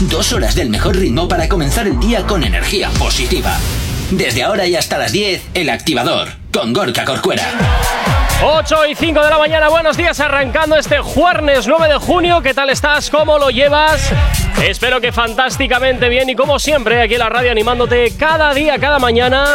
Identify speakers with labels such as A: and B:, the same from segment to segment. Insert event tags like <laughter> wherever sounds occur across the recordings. A: Dos horas del mejor ritmo para comenzar el día con energía positiva. Desde ahora y hasta las 10, El Activador, con Gorka Corcuera.
B: 8 y 5 de la mañana, buenos días, arrancando este jueves 9 de junio. ¿Qué tal estás? ¿Cómo lo llevas? Espero que fantásticamente bien y como siempre aquí en la radio animándote cada día, cada mañana,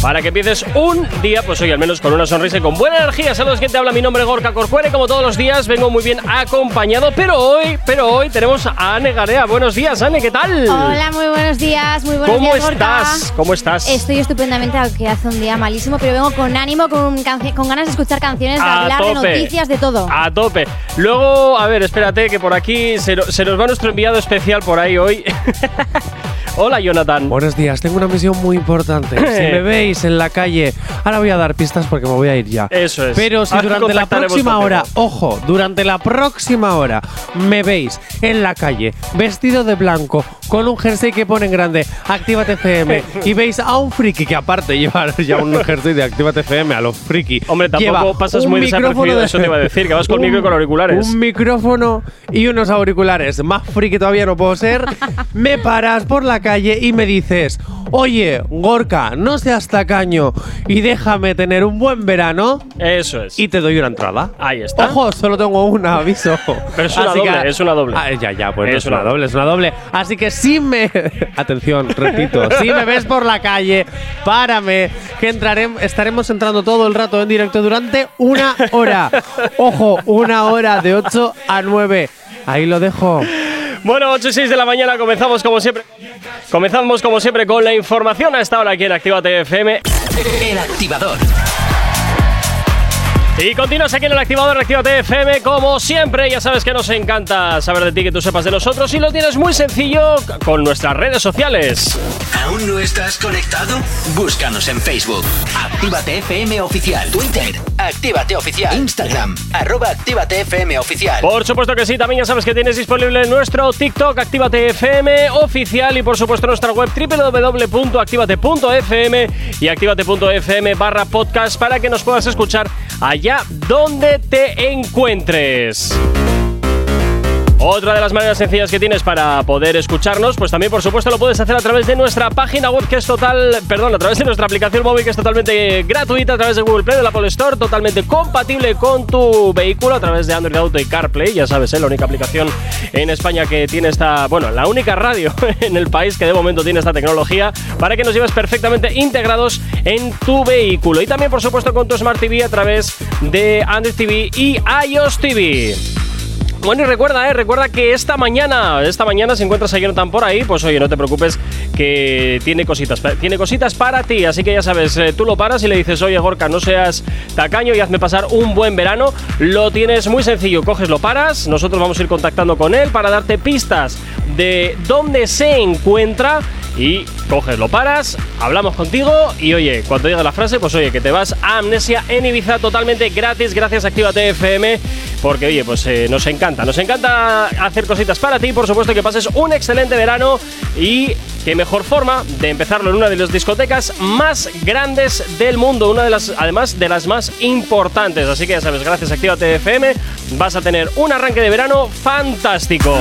B: para que empieces un día, pues hoy al menos con una sonrisa y con buena energía. Saludos, quien te habla, mi nombre es Gorka Corcuere, como todos los días vengo muy bien acompañado, pero hoy, pero hoy tenemos a Ane Garea. Buenos días, Ane, ¿qué tal?
C: Hola, muy buenos días, muy buenos
B: ¿Cómo
C: días, Gorka.
B: estás? ¿Cómo estás?
C: Estoy estupendamente, aunque hace un día malísimo, pero vengo con ánimo, con, canci- con ganas de escuchar canciones, de
B: A
C: hablar de
B: tope.
C: noticias, de todo.
B: A tope. Luego, a ver, espérate, que por aquí se, no- se nos va nuestro enviado especial por ahí hoy. <laughs> Hola, Jonathan.
D: Buenos días, tengo una misión muy importante.
B: <laughs>
D: Si me veis en la calle, ahora voy a dar pistas porque me voy a ir ya.
B: Eso es.
D: Pero si
B: Ahora
D: durante la
B: contactaremos
D: próxima
B: contigo.
D: hora, ojo, durante la próxima hora me veis en la calle, vestido de blanco, con un jersey que pone en grande,
B: <laughs>
D: Actívate FM, y veis a un friki que aparte lleva ya un jersey de Actívate FM a los friki.
B: Hombre, tampoco
D: lleva
B: pasas
D: un
B: muy
D: micrófono
B: desapercibido,
D: de-
B: eso te iba a decir, que vas con
D: <laughs> un-
B: micro y con auriculares.
D: Un micrófono y unos auriculares. Más friki todavía no
B: <laughs>
D: puedo ser. me paras por la calle y me dices, oye, Gorka, no seas tacaño y déjame tener un buen verano
B: Eso es.
D: y te doy una entrada.
B: Ahí está.
D: Ojo, solo tengo una, aviso.
B: Pero es una
D: Así que-
B: doble, es una doble.
D: Ah, ya, ya, pues
B: Es
D: es una
B: una
D: doble, es una doble. Así que si me. <laughs> Atención, repito, si me ves por la calle, párame, que entraré, estaremos entrando todo el rato en directo durante una hora. Ojo, una hora de 8 a 9. Ahí lo dejo.
B: Bueno, 8 y 6 de la mañana comenzamos como siempre. Comenzamos como siempre con la información a esta hora aquí en Actívate FM.
A: El Activador.
B: Y continúas aquí en el activador de Actívate FM, como siempre. Ya sabes que nos encanta saber de ti, que tú sepas de nosotros. Y lo tienes muy sencillo con nuestras redes sociales.
A: ¿Aún no estás conectado? Búscanos en Facebook. Actívate FM Oficial. Twitter. Actívate Oficial. Instagram. Arroba Actívate FM Oficial.
B: Por supuesto que sí, también ya sabes que tienes disponible nuestro TikTok Actívate FM oficial y por supuesto nuestra web www.activate.fm y activate.fm barra podcast para que nos puedas escuchar allá donde te encuentres. Otra de las maneras sencillas que tienes para poder escucharnos, pues también por supuesto lo puedes hacer a través de nuestra página web que es total, perdón, a través de nuestra aplicación móvil que es totalmente gratuita a través de Google Play, de la Apple Store, totalmente compatible con tu vehículo a través de Android Auto y CarPlay, ya sabes, ¿eh? la única aplicación en España que tiene esta, bueno, la única radio <laughs> en el país que de momento tiene esta tecnología para que nos lleves perfectamente integrados en tu vehículo y también por supuesto con tu Smart TV a través de Android TV y iOS TV. Bueno, y recuerda, eh, recuerda que esta mañana, esta mañana si encuentras a Jonathan por ahí, pues oye, no te preocupes que tiene cositas, pa- tiene cositas para ti, así que ya sabes, eh, tú lo paras y le dices, oye Gorka, no seas tacaño y hazme pasar un buen verano, lo tienes muy sencillo, coges, lo paras, nosotros vamos a ir contactando con él para darte pistas de dónde se encuentra y coges, lo paras, hablamos contigo y oye, cuando diga la frase, pues oye, que te vas a Amnesia en Ibiza totalmente gratis, gracias a Actívate FM, porque oye, pues eh, nos encanta, nos encanta hacer cositas para ti, por supuesto que pases un excelente verano y qué mejor forma de empezarlo en una de las discotecas más grandes del mundo, una de las, además de las más importantes, así que ya sabes, gracias a Actívate FM vas a tener un arranque de verano fantástico.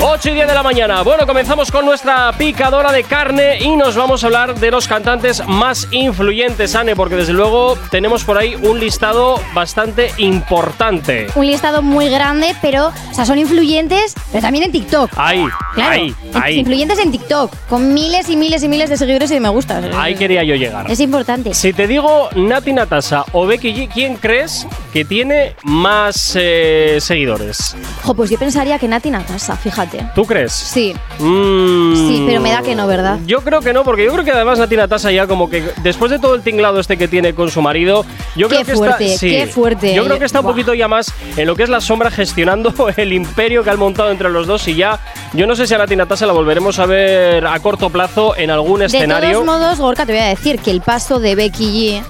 B: 8 y 10 de la mañana. Bueno, comenzamos con nuestra picadora de carne y nos vamos a hablar de los cantantes más influyentes, Ane, porque desde luego tenemos por ahí un listado bastante importante.
C: Un listado muy grande, pero, o sea, son influyentes, pero también en TikTok.
B: Ahí,
C: Claro,
B: ahí,
C: en-
B: ahí.
C: influyentes en TikTok, con miles y miles y miles de seguidores y de me gusta.
B: Ahí quería yo llegar.
C: Es importante.
B: Si te digo Nati Natasa o Becky G, ¿quién crees que tiene más eh, seguidores?
C: Jo, pues yo pensaría que Nati Natasha, fíjate.
B: ¿Tú crees?
C: Sí,
B: Mm.
C: Sí, pero me da que no, ¿verdad?
B: Yo creo que no, porque yo creo que además Nati Natasa ya como que después de todo el tinglado este que tiene con su marido, yo
C: Qué
B: creo que
C: fuerte,
B: está, sí.
C: qué fuerte. eh.
B: Yo creo que está un
C: Buah.
B: poquito ya más en lo que es la sombra gestionando <laughs> el imperio que han montado entre los dos y ya yo no sé si a Nati Natasa la volveremos a ver a corto plazo en algún
C: De
B: escenario.
C: todos modos, Gorka, te voy a decir que el paso de Becky G,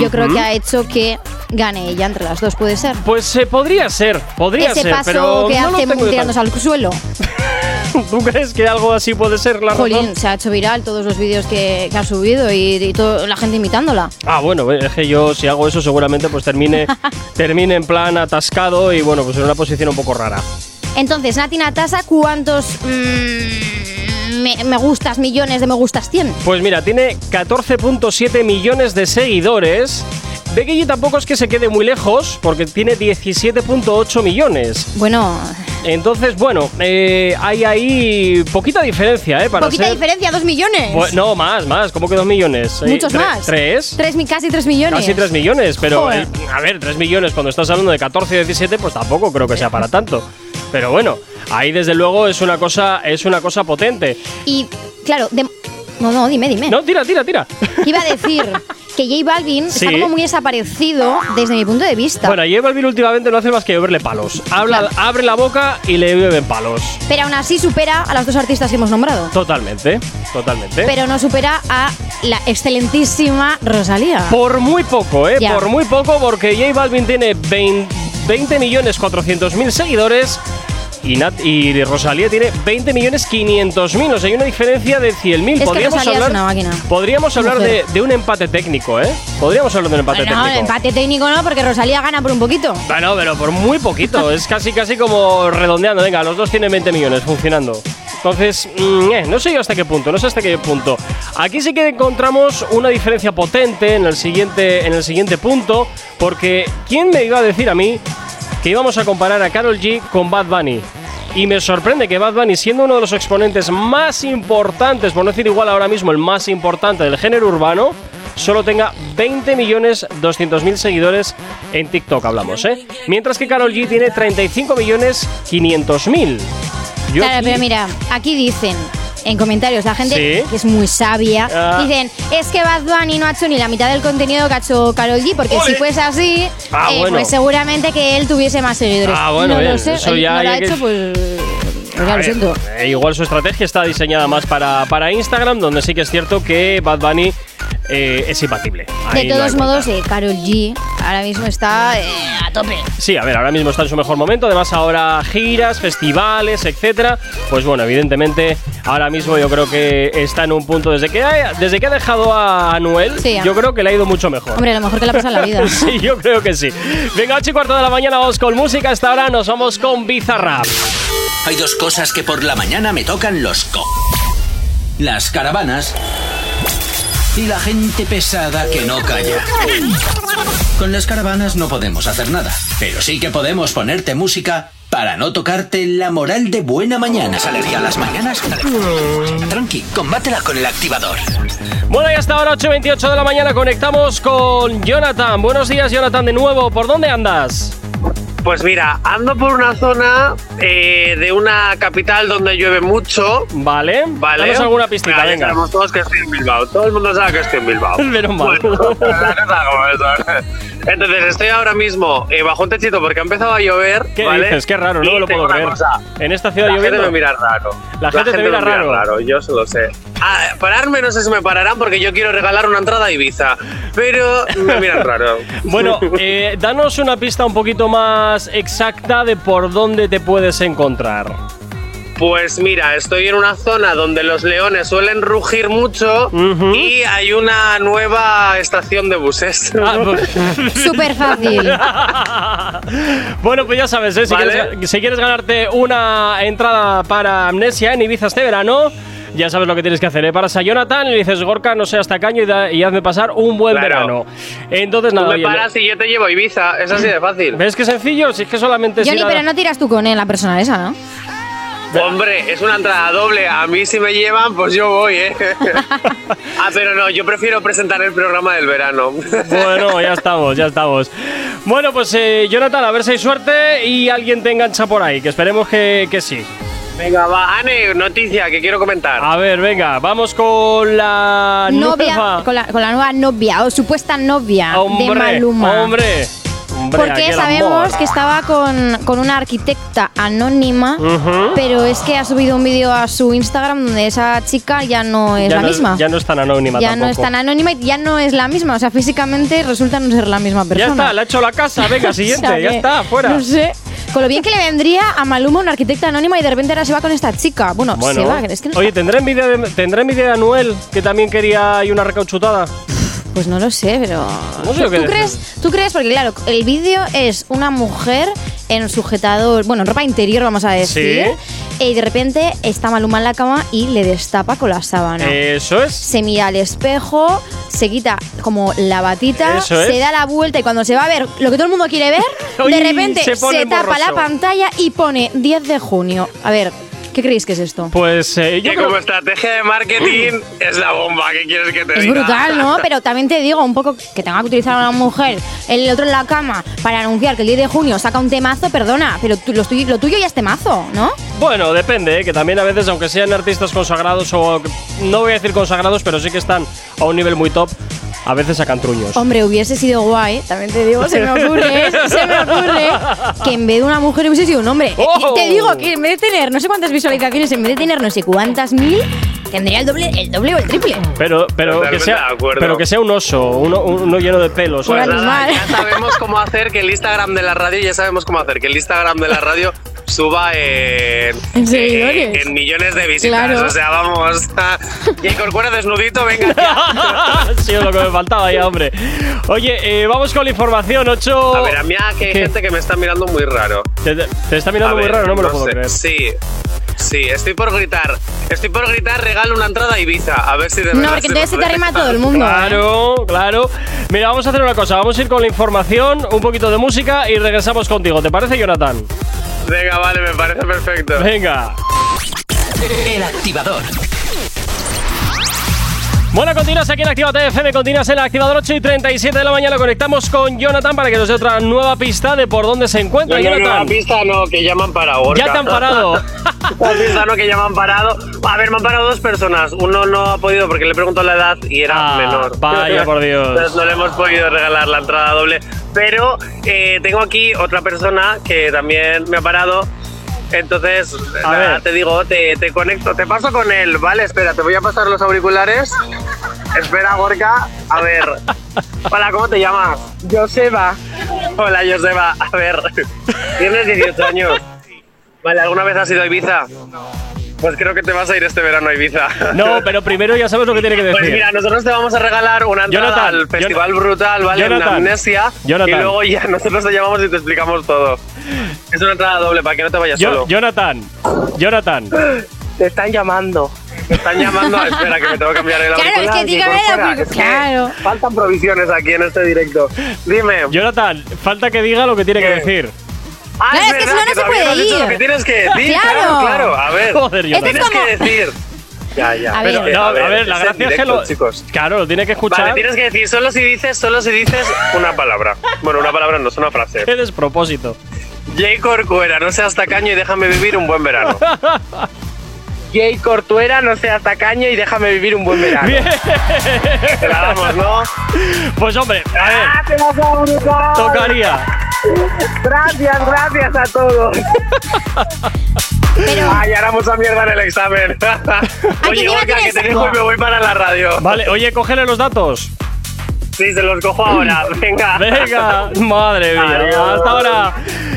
C: yo creo que ha hecho que gane ella entre las dos, puede ser.
B: pues se podría ser, podría
C: Ese
B: ser,
C: paso
B: pero
C: que
B: no lo
C: hace
B: tengo yo
C: tirándose al suelo.
B: tan- <laughs> ¿Tú crees que algo así puede ser la razón?
C: Jolín, se ha hecho viral todos los vídeos que, que ha subido y, y todo- la gente imitándola.
B: Ah, bueno, es que yo si hago eso
C: <laughs>
B: seguramente pues termine, termine en plan atascado y bueno, pues en una posición un poco rara.
C: Entonces, Nati Natasa, ¿cuántos mm, me, me gustas, millones de me gustas tiene?
B: Pues mira, tiene 14.7 millones de seguidores. Becky G tampoco es que se quede muy lejos, porque tiene 17.8 millones.
C: Bueno,
B: Entonces, bueno, eh, hay ahí poquita diferencia, ¿eh? Para
C: poquita
B: ser-
C: diferencia, dos millones.
B: Bu- no, más, más. ¿Cómo que dos millones? Eh,
C: Muchos
B: tre-
C: más.
B: ¿Tres?
C: Tres mi- casi tres millones.
B: Casi 3 millones, pero
C: Joder.
B: eh, a ver, 3 millones cuando estás hablando de 14 o 17, pues tampoco creo que sea para tanto. Pero bueno, ahí desde luego es una cosa, es una cosa potente.
C: Y claro, de- no, no, dime, dime.
B: No, tira, tira, tira.
C: Iba a decir que J Balvin
B: Sí.
C: está como muy desaparecido desde mi punto de vista.
B: Bueno, J Balvin últimamente no hace más que lloverle palos. Habla, abre la boca y le beben palos.
C: Pero aún así supera a las dos artistas que hemos nombrado.
B: Totalmente, totalmente.
C: Pero no supera a la excelentísima Rosalía.
B: Por muy poco, ¿eh?
C: Ya.
B: Por muy poco, porque J Balvin tiene 20 20 millones 400 mil seguidores y, Nat- y Rosalía tiene 20 millones 500 mil. O sea, hay una diferencia de 100 mil.
C: Es que Rosalía es una máquina.
B: podríamos hablar de,
C: Mujer.
B: de un empate técnico, ¿eh? Podríamos hablar de un empate
C: Bueno, no,
B: técnico.
C: empate técnico no, porque Rosalía gana por un poquito.
B: Bueno, Ah, pero por muy poquito. es casi, casi como redondeando. Venga, los dos tienen 20 millones funcionando. Entonces, mm, eh, no sé yo hasta qué punto, no sé hasta qué punto. Aquí sí que encontramos una diferencia potente en el siguiente, en el siguiente punto, porque ¿quién me iba a decir a mí que íbamos a comparar a Carol G con Bad Bunny? Y me sorprende que Bad Bunny, siendo uno de los exponentes más importantes, por no decir igual ahora mismo el más importante del género urbano, solo tenga 20 millones 200 mil seguidores en TikTok, hablamos, ¿eh? Mientras que Carol G tiene 35 millones 500 mil. Yo
C: claro,
B: aquí-
C: pero mira, aquí dicen en comentarios la gente
B: Sí.
C: que es muy sabia.
B: Ah.
C: Dicen, es que Bad Bunny no ha hecho ni la mitad del contenido que ha hecho Karol G, porque
B: Ole.
C: si fuese así,
B: Ah,
C: eh,
B: bueno.
C: pues seguramente que él tuviese más seguidores.
B: Ah, bueno,
C: no
B: bien,
C: lo sé,
B: eso
C: él
B: ya
C: no lo
B: hay
C: ha
B: que-
C: hecho, pues, pues ya
B: A
C: lo
B: ver,
C: siento.
B: eh, igual su estrategia está diseñada más para, para Instagram, donde sí que es cierto que Bad Bunny eh, es imbatible. Ahí
C: De
B: no hay
C: todos
B: vuelta.
C: modos, eh, Karol G ahora mismo está eh, a tope.
B: Sí, a ver, ahora mismo está en su mejor momento, además ahora giras, festivales, etcétera. Pues bueno, evidentemente, ahora mismo yo creo que está en un punto desde que ha, desde que ha dejado a Anuel,
C: Sí.
B: yo creo que le ha ido mucho mejor.
C: Hombre, a lo mejor que le ha pasado en la vida.
B: <laughs> Sí, yo creo que sí. Venga, 8 y cuarto de la mañana, vamos con música. Hasta ahora nos vamos con Bizarrap.
A: Hay dos cosas que por la mañana me tocan los co. Las caravanas y la gente pesada que no calla. Con las caravanas no podemos hacer nada, pero sí que podemos ponerte música para no tocarte la moral de buena mañana. Alergia a las mañanas. Tranqui, combátela con el activador.
B: Bueno, y hasta ahora, 8.28 de la mañana, conectamos con Jonathan. Buenos días, Jonathan, de nuevo. ¿Por dónde andas?
D: Pues mira, ando por una zona eh, de una capital donde llueve mucho.
B: Vale,
D: Vale.
B: Danos alguna pistita,
E: Vale,
B: venga.
E: sabemos todos que estoy en Bilbao. Todo el mundo sabe que estoy
B: <laughs>
E: en Bilbao.
B: Menos mal.
E: Bueno, pues, la cosa como es. Entonces estoy ahora mismo eh, bajo un techito porque ha empezado a llover.
B: ¿Qué
E: ¿vale?
B: dices? Qué raro, no
E: Y
B: me lo puedo
E: tengo una
B: creer.
E: cosa.
B: En esta
E: La
B: ciudad
E: gente
B: lloviendo.
E: me mira raro.
B: La gente te mira
E: me
B: raro.
E: Yo se lo sé. Ah, pararme no sé si me pararán porque yo quiero regalar una entrada a Ibiza. Pero me miran raro.
B: <laughs>
E: <laughs>
B: Bueno, eh, danos una pista un poquito más exacta de por dónde te puedes
C: <laughs>
B: encontrar.
E: Pues mira, estoy en una zona donde los leones suelen rugir mucho
B: Ujú.
E: y hay una nueva estación de buses.
B: <laughs> Ah, pues-
C: Súper fácil.
B: bueno, pues ya sabes, ¿eh? si,
E: Vale.
B: quieres, ga- si quieres ganarte una entrada para Amnesia en Ibiza este verano, ya sabes lo que tienes que hacer. ¿eh? Paras a Jonathan y le dices, Gorka, no seas tacaño y, da- y hazme pasar un buen
E: Claro.
B: verano. Entonces,
E: Tú
B: nada,
E: me
B: oye,
E: paras y yo te llevo a Ibiza. Es así de fácil.
B: ¿ves que sencillo? Si es que solamente es
C: Johnny,
B: ir a-
C: pero no tiras tú con él, la persona esa, ¿no?
E: Hombre, es una entrada doble. A mí si me llevan, pues yo
B: <laughs>
E: voy, ¿eh? ah, pero no, yo prefiero presentar el programa del verano.
B: Bueno, ya estamos, ya estamos. Bueno, pues eh, Jonathan, a ver si hay suerte y alguien te engancha por ahí, que esperemos que, que sí.
E: <laughs> Venga, va. Ane, noticia que quiero comentar.
B: A ver, venga, vamos con la
C: novia,
B: nueva-
C: con la, con la nueva novia o supuesta novia
B: hombre,
C: de Maluma.
B: Hombre, hombre,
C: Porque
B: aquel
C: sabemos
B: amor.
C: que estaba con, con una arquitecta anónima,
B: Ujú.
C: pero es que ha subido un vídeo a su Instagram donde esa chica ya no es
B: ya
C: la
B: no,
C: misma.
B: Ya no es tan anónima
C: Ya
B: tampoco.
C: no es tan anónima y ya no es la misma. O sea, físicamente resulta no ser la misma
B: Ya
C: persona.
B: está, le ha hecho la casa, venga, siguiente,
C: <laughs> O sea
B: ya
C: que,
B: está, fuera.
C: No sé. Con lo bien que le vendría a Maluma una arquitecta anónima y de repente ahora se va con esta chica. Bueno,
B: Bueno,
C: se va. Es que no-
B: oye, ¿tendrá envidia, de, ¿tendrá envidia de Anuel, que también quería ahí una recauchutada?
C: Pues no lo sé, pero.
B: No sé lo que
C: ¿Tú
B: decir.
C: crees? ¿Tú crees? Porque claro, el vídeo es una mujer en sujetador, bueno, en ropa interior, vamos a decir. Y de repente está Maluma en la cama y le destapa con la sábana.
B: Eso es.
C: Se mira al espejo, se quita como la batita,
B: Eso es.
C: se da la vuelta y cuando se va a ver lo que todo el mundo
B: <laughs>
C: quiere ver,
B: Uy,
C: de repente
B: se
C: se,
B: pone
C: tapa
B: borroso.
C: la pantalla y pone 10 de junio. A ver, ¿qué creéis que es esto?
B: Pues eh, yo
E: Que
B: creo
E: como estrategia de marketing es la bomba. ¿Qué quieres que te
C: Es
E: diga?
C: brutal, ¿no? Pero también te digo, un poco que tenga que utilizar una mujer, el otro en la cama, para anunciar que el 10 de junio saca un temazo, perdona, pero tú- los tuy- lo tuyo ya es temazo, ¿no?
B: Bueno, depende, ¿eh? que también a veces, aunque sean artistas consagrados o no voy a decir consagrados, pero sí que están a un nivel muy top, a veces sacan truños.
C: Hombre, hubiese sido guay, también te digo, se me ocurre, se me ocurre, que en vez de una mujer hubiese sido un hombre.
B: ¡Oh!
C: Te digo que en vez de tener no sé cuántas visualizaciones, en vez de tener no sé cuántas mil, tendría el doble, el doble o el triple.
B: Pero, pero, que
E: Totalmente
B: sea,
E: de acuerdo.
B: pero que sea un oso, uno, uno lleno de pelos.
C: Por
E: Pues
B: ¿sabes?
E: nada,
C: animal.
E: ya sabemos cómo hacer que el Instagram de la radio, ya sabemos cómo hacer que el Instagram de la radio suba en, eh,
C: En seguidores.
E: en millones de visitas.
C: Claro.
E: O sea, vamos. <laughs> y con cuero desnudito, venga.
C: <laughs>
E: ya.
B: <laughs> sí, es lo que me faltaba ya, hombre. Oye, eh, vamos con la información, 8.
E: A ver, a mí aquí hay
B: ¿Qué?
E: gente que me está mirando muy raro.
B: Te, te- te está mirando
E: A
B: muy
E: ver,
B: raro, no me lo
E: no
B: puedo
E: sé.
B: creer.
E: Sí. Sí, estoy por gritar. Estoy por gritar, regalo una entrada a Ibiza. A ver si de
C: No,
E: verdad
C: porque
E: me
C: entonces se te
E: puede.
C: arrima todo el mundo. ¿eh?
B: Claro, claro. Mira, vamos a hacer una cosa, vamos a ir con la información, un poquito de música y regresamos contigo. ¿Te parece, Jonathan?
E: Venga, vale, me parece perfecto.
B: Venga.
A: El activador.
B: Bueno, continúas aquí en Actívate FM, continúas en el activador 8 y 37 de la mañana. Conectamos con Jonathan para que nos dé otra nueva pista de por dónde se encuentra
E: No, no, no, la
B: Jonathan.
E: pista no, que llaman para Gorka.
B: Ya te han
E: <laughs>
B: parado.
E: Un ciudadano que ya me han parado. A ver, me han parado dos personas. Uno no ha podido porque le preguntó la edad y era
B: Ah,
E: menor.
B: vaya por Dios.
E: <laughs> Entonces no le hemos podido regalar la entrada doble. Pero eh, tengo aquí otra persona que también me ha parado. Entonces,
B: A
E: nada,
B: ver.
E: te digo, te, te conecto, te paso con él, ¿vale? Espera, te voy a pasar los auriculares. Espera, Gorka. A
B: <laughs>
E: ver. Hola, ¿cómo te llamas? Joseba. Hola, Joseba. A ver, tienes 18 años. Vale, ¿alguna vez has ido a Ibiza? Pues creo que te vas a ir este verano a Ibiza. <laughs>
B: No, pero primero ya sabes lo que tiene que
E: Pues
B: decir.
E: mira, nosotros te vamos a regalar una entrada
B: Jonathan,
E: al Festival Brutal, ¿vale?
B: Jonathan,
E: en Amnesia.
B: Jonathan.
E: Y luego ya <laughs> nosotros te llamamos y te explicamos todo. Es una entrada doble para que no te vayas
B: Yo-
E: solo.
B: Jonathan, Jonathan.
F: Te están llamando.
E: Me están llamando. Ah, espera, que me tengo que cambiar el
C: Claro, es que
E: auricular.
C: tiene que haber el
E: espera,
C: auricular.
E: es que
C: Claro.
E: Faltan provisiones aquí en este directo. Dime.
B: Jonathan, falta que diga lo que tiene que
E: ¿Qué?
B: decir.
E: Ah,
C: Claro, es que si no,
E: verdad,
C: no se
E: todavía has
C: puede
E: dicho
C: ir.
E: Lo que tienes que decir.
C: Claro.
E: Claro, claro. A ver.
B: Joder, Jonathan.
E: Tienes
C: como-
E: que decir. Ya, ya.
C: A
E: Pero,
C: ver.
E: eh,
B: No, a ver, la
E: es en
B: gracia es que
E: directo,
B: lo.
E: Chicos.
B: Claro, lo tiene que
E: Vale,
B: escuchar.
E: tienes que decir, solo si dices, solo si dices una palabra. Bueno, una palabra no, es una frase.
B: Qué despropósito. <laughs>
E: Jay Corcuera, no seas tacaño y déjame vivir un
B: <laughs>
E: buen verano.
F: Jay Cortuera, no seas tacaño y déjame vivir un buen verano.
B: Bien.
E: Te la damos, ¿no?
B: Pues hombre, a ver,
F: Ah, te vas a brutal!
B: tocaría.
F: Gracias, gracias a
B: <laughs>
F: todos.
C: Pero
E: Ay, ahora vamos a mierda en el
B: <laughs>
E: examen. Oye,
C: encima
E: Gorka, que
C: tienes-
E: te dejo y me voy para la radio.
B: Vale, oye, cógele los datos.
E: Sí, se los cojo
B: <laughs>
E: ahora. Venga. <laughs>
B: Venga, madre
E: Adiós.
B: mía. Hasta ahora.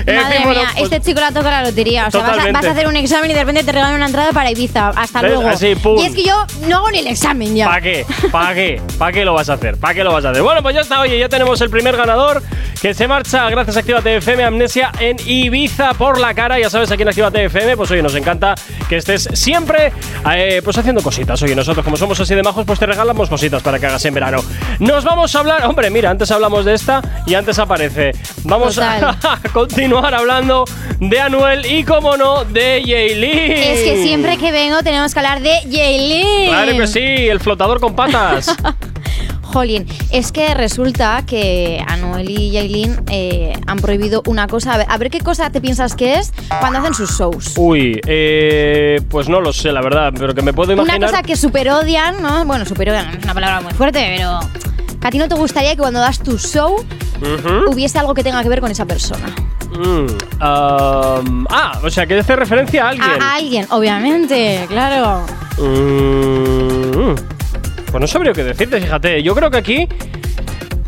B: En
C: Madre
B: fin, bueno,
C: mía,
B: pues-
C: este chico la toca la lotería. O sea, vas a,
B: Totalmente.
C: vas a hacer un examen y de repente te regalan una entrada para Ibiza. Hasta
B: ¿Ves?
C: luego.
B: Así, pum.
C: y es que yo no hago ni el examen ya.
B: ¿Para qué? ¿Para qué? ¿Para qué lo vas a hacer? ¿Para qué lo vas a hacer? Bueno, pues ya está, oye, ya tenemos el primer ganador que se marcha gracias a Actívate FM Amnesia en Ibiza por la cara. Ya sabes, aquí en Actívate FM, pues oye, nos encanta que estés siempre eh, pues haciendo cositas. Oye, nosotros como somos así de majos, pues te regalamos cositas para que hagas en verano. Nos vamos a hablar, hombre, mira, antes hablamos de esta y antes aparece. Vamos <laughs> a, continuar hablando de Anuel y, como no, de Yailin.
C: Es que siempre que vengo tenemos que hablar de Yailin.
B: Claro que sí, el flotador con patas.
C: Jolín, es que resulta que Anuel y Yailin eh, han prohibido una cosa. A ver, a ver qué cosa te piensas que es cuando hacen sus shows.
B: Uy, eh, pues no lo sé, la verdad, pero que me puedo imaginar.
C: Una cosa que super odian, ¿no? Bueno, super odian es una palabra muy fuerte, pero. ¿A ti no te gustaría que cuando das tu show hubiese algo que tenga que ver con esa persona?
B: Mm, um, ah, o sea, que hace referencia a alguien.
C: A alguien, obviamente, claro.
B: Mm, mm. pues no sabría qué decirte, fíjate. Yo creo que aquí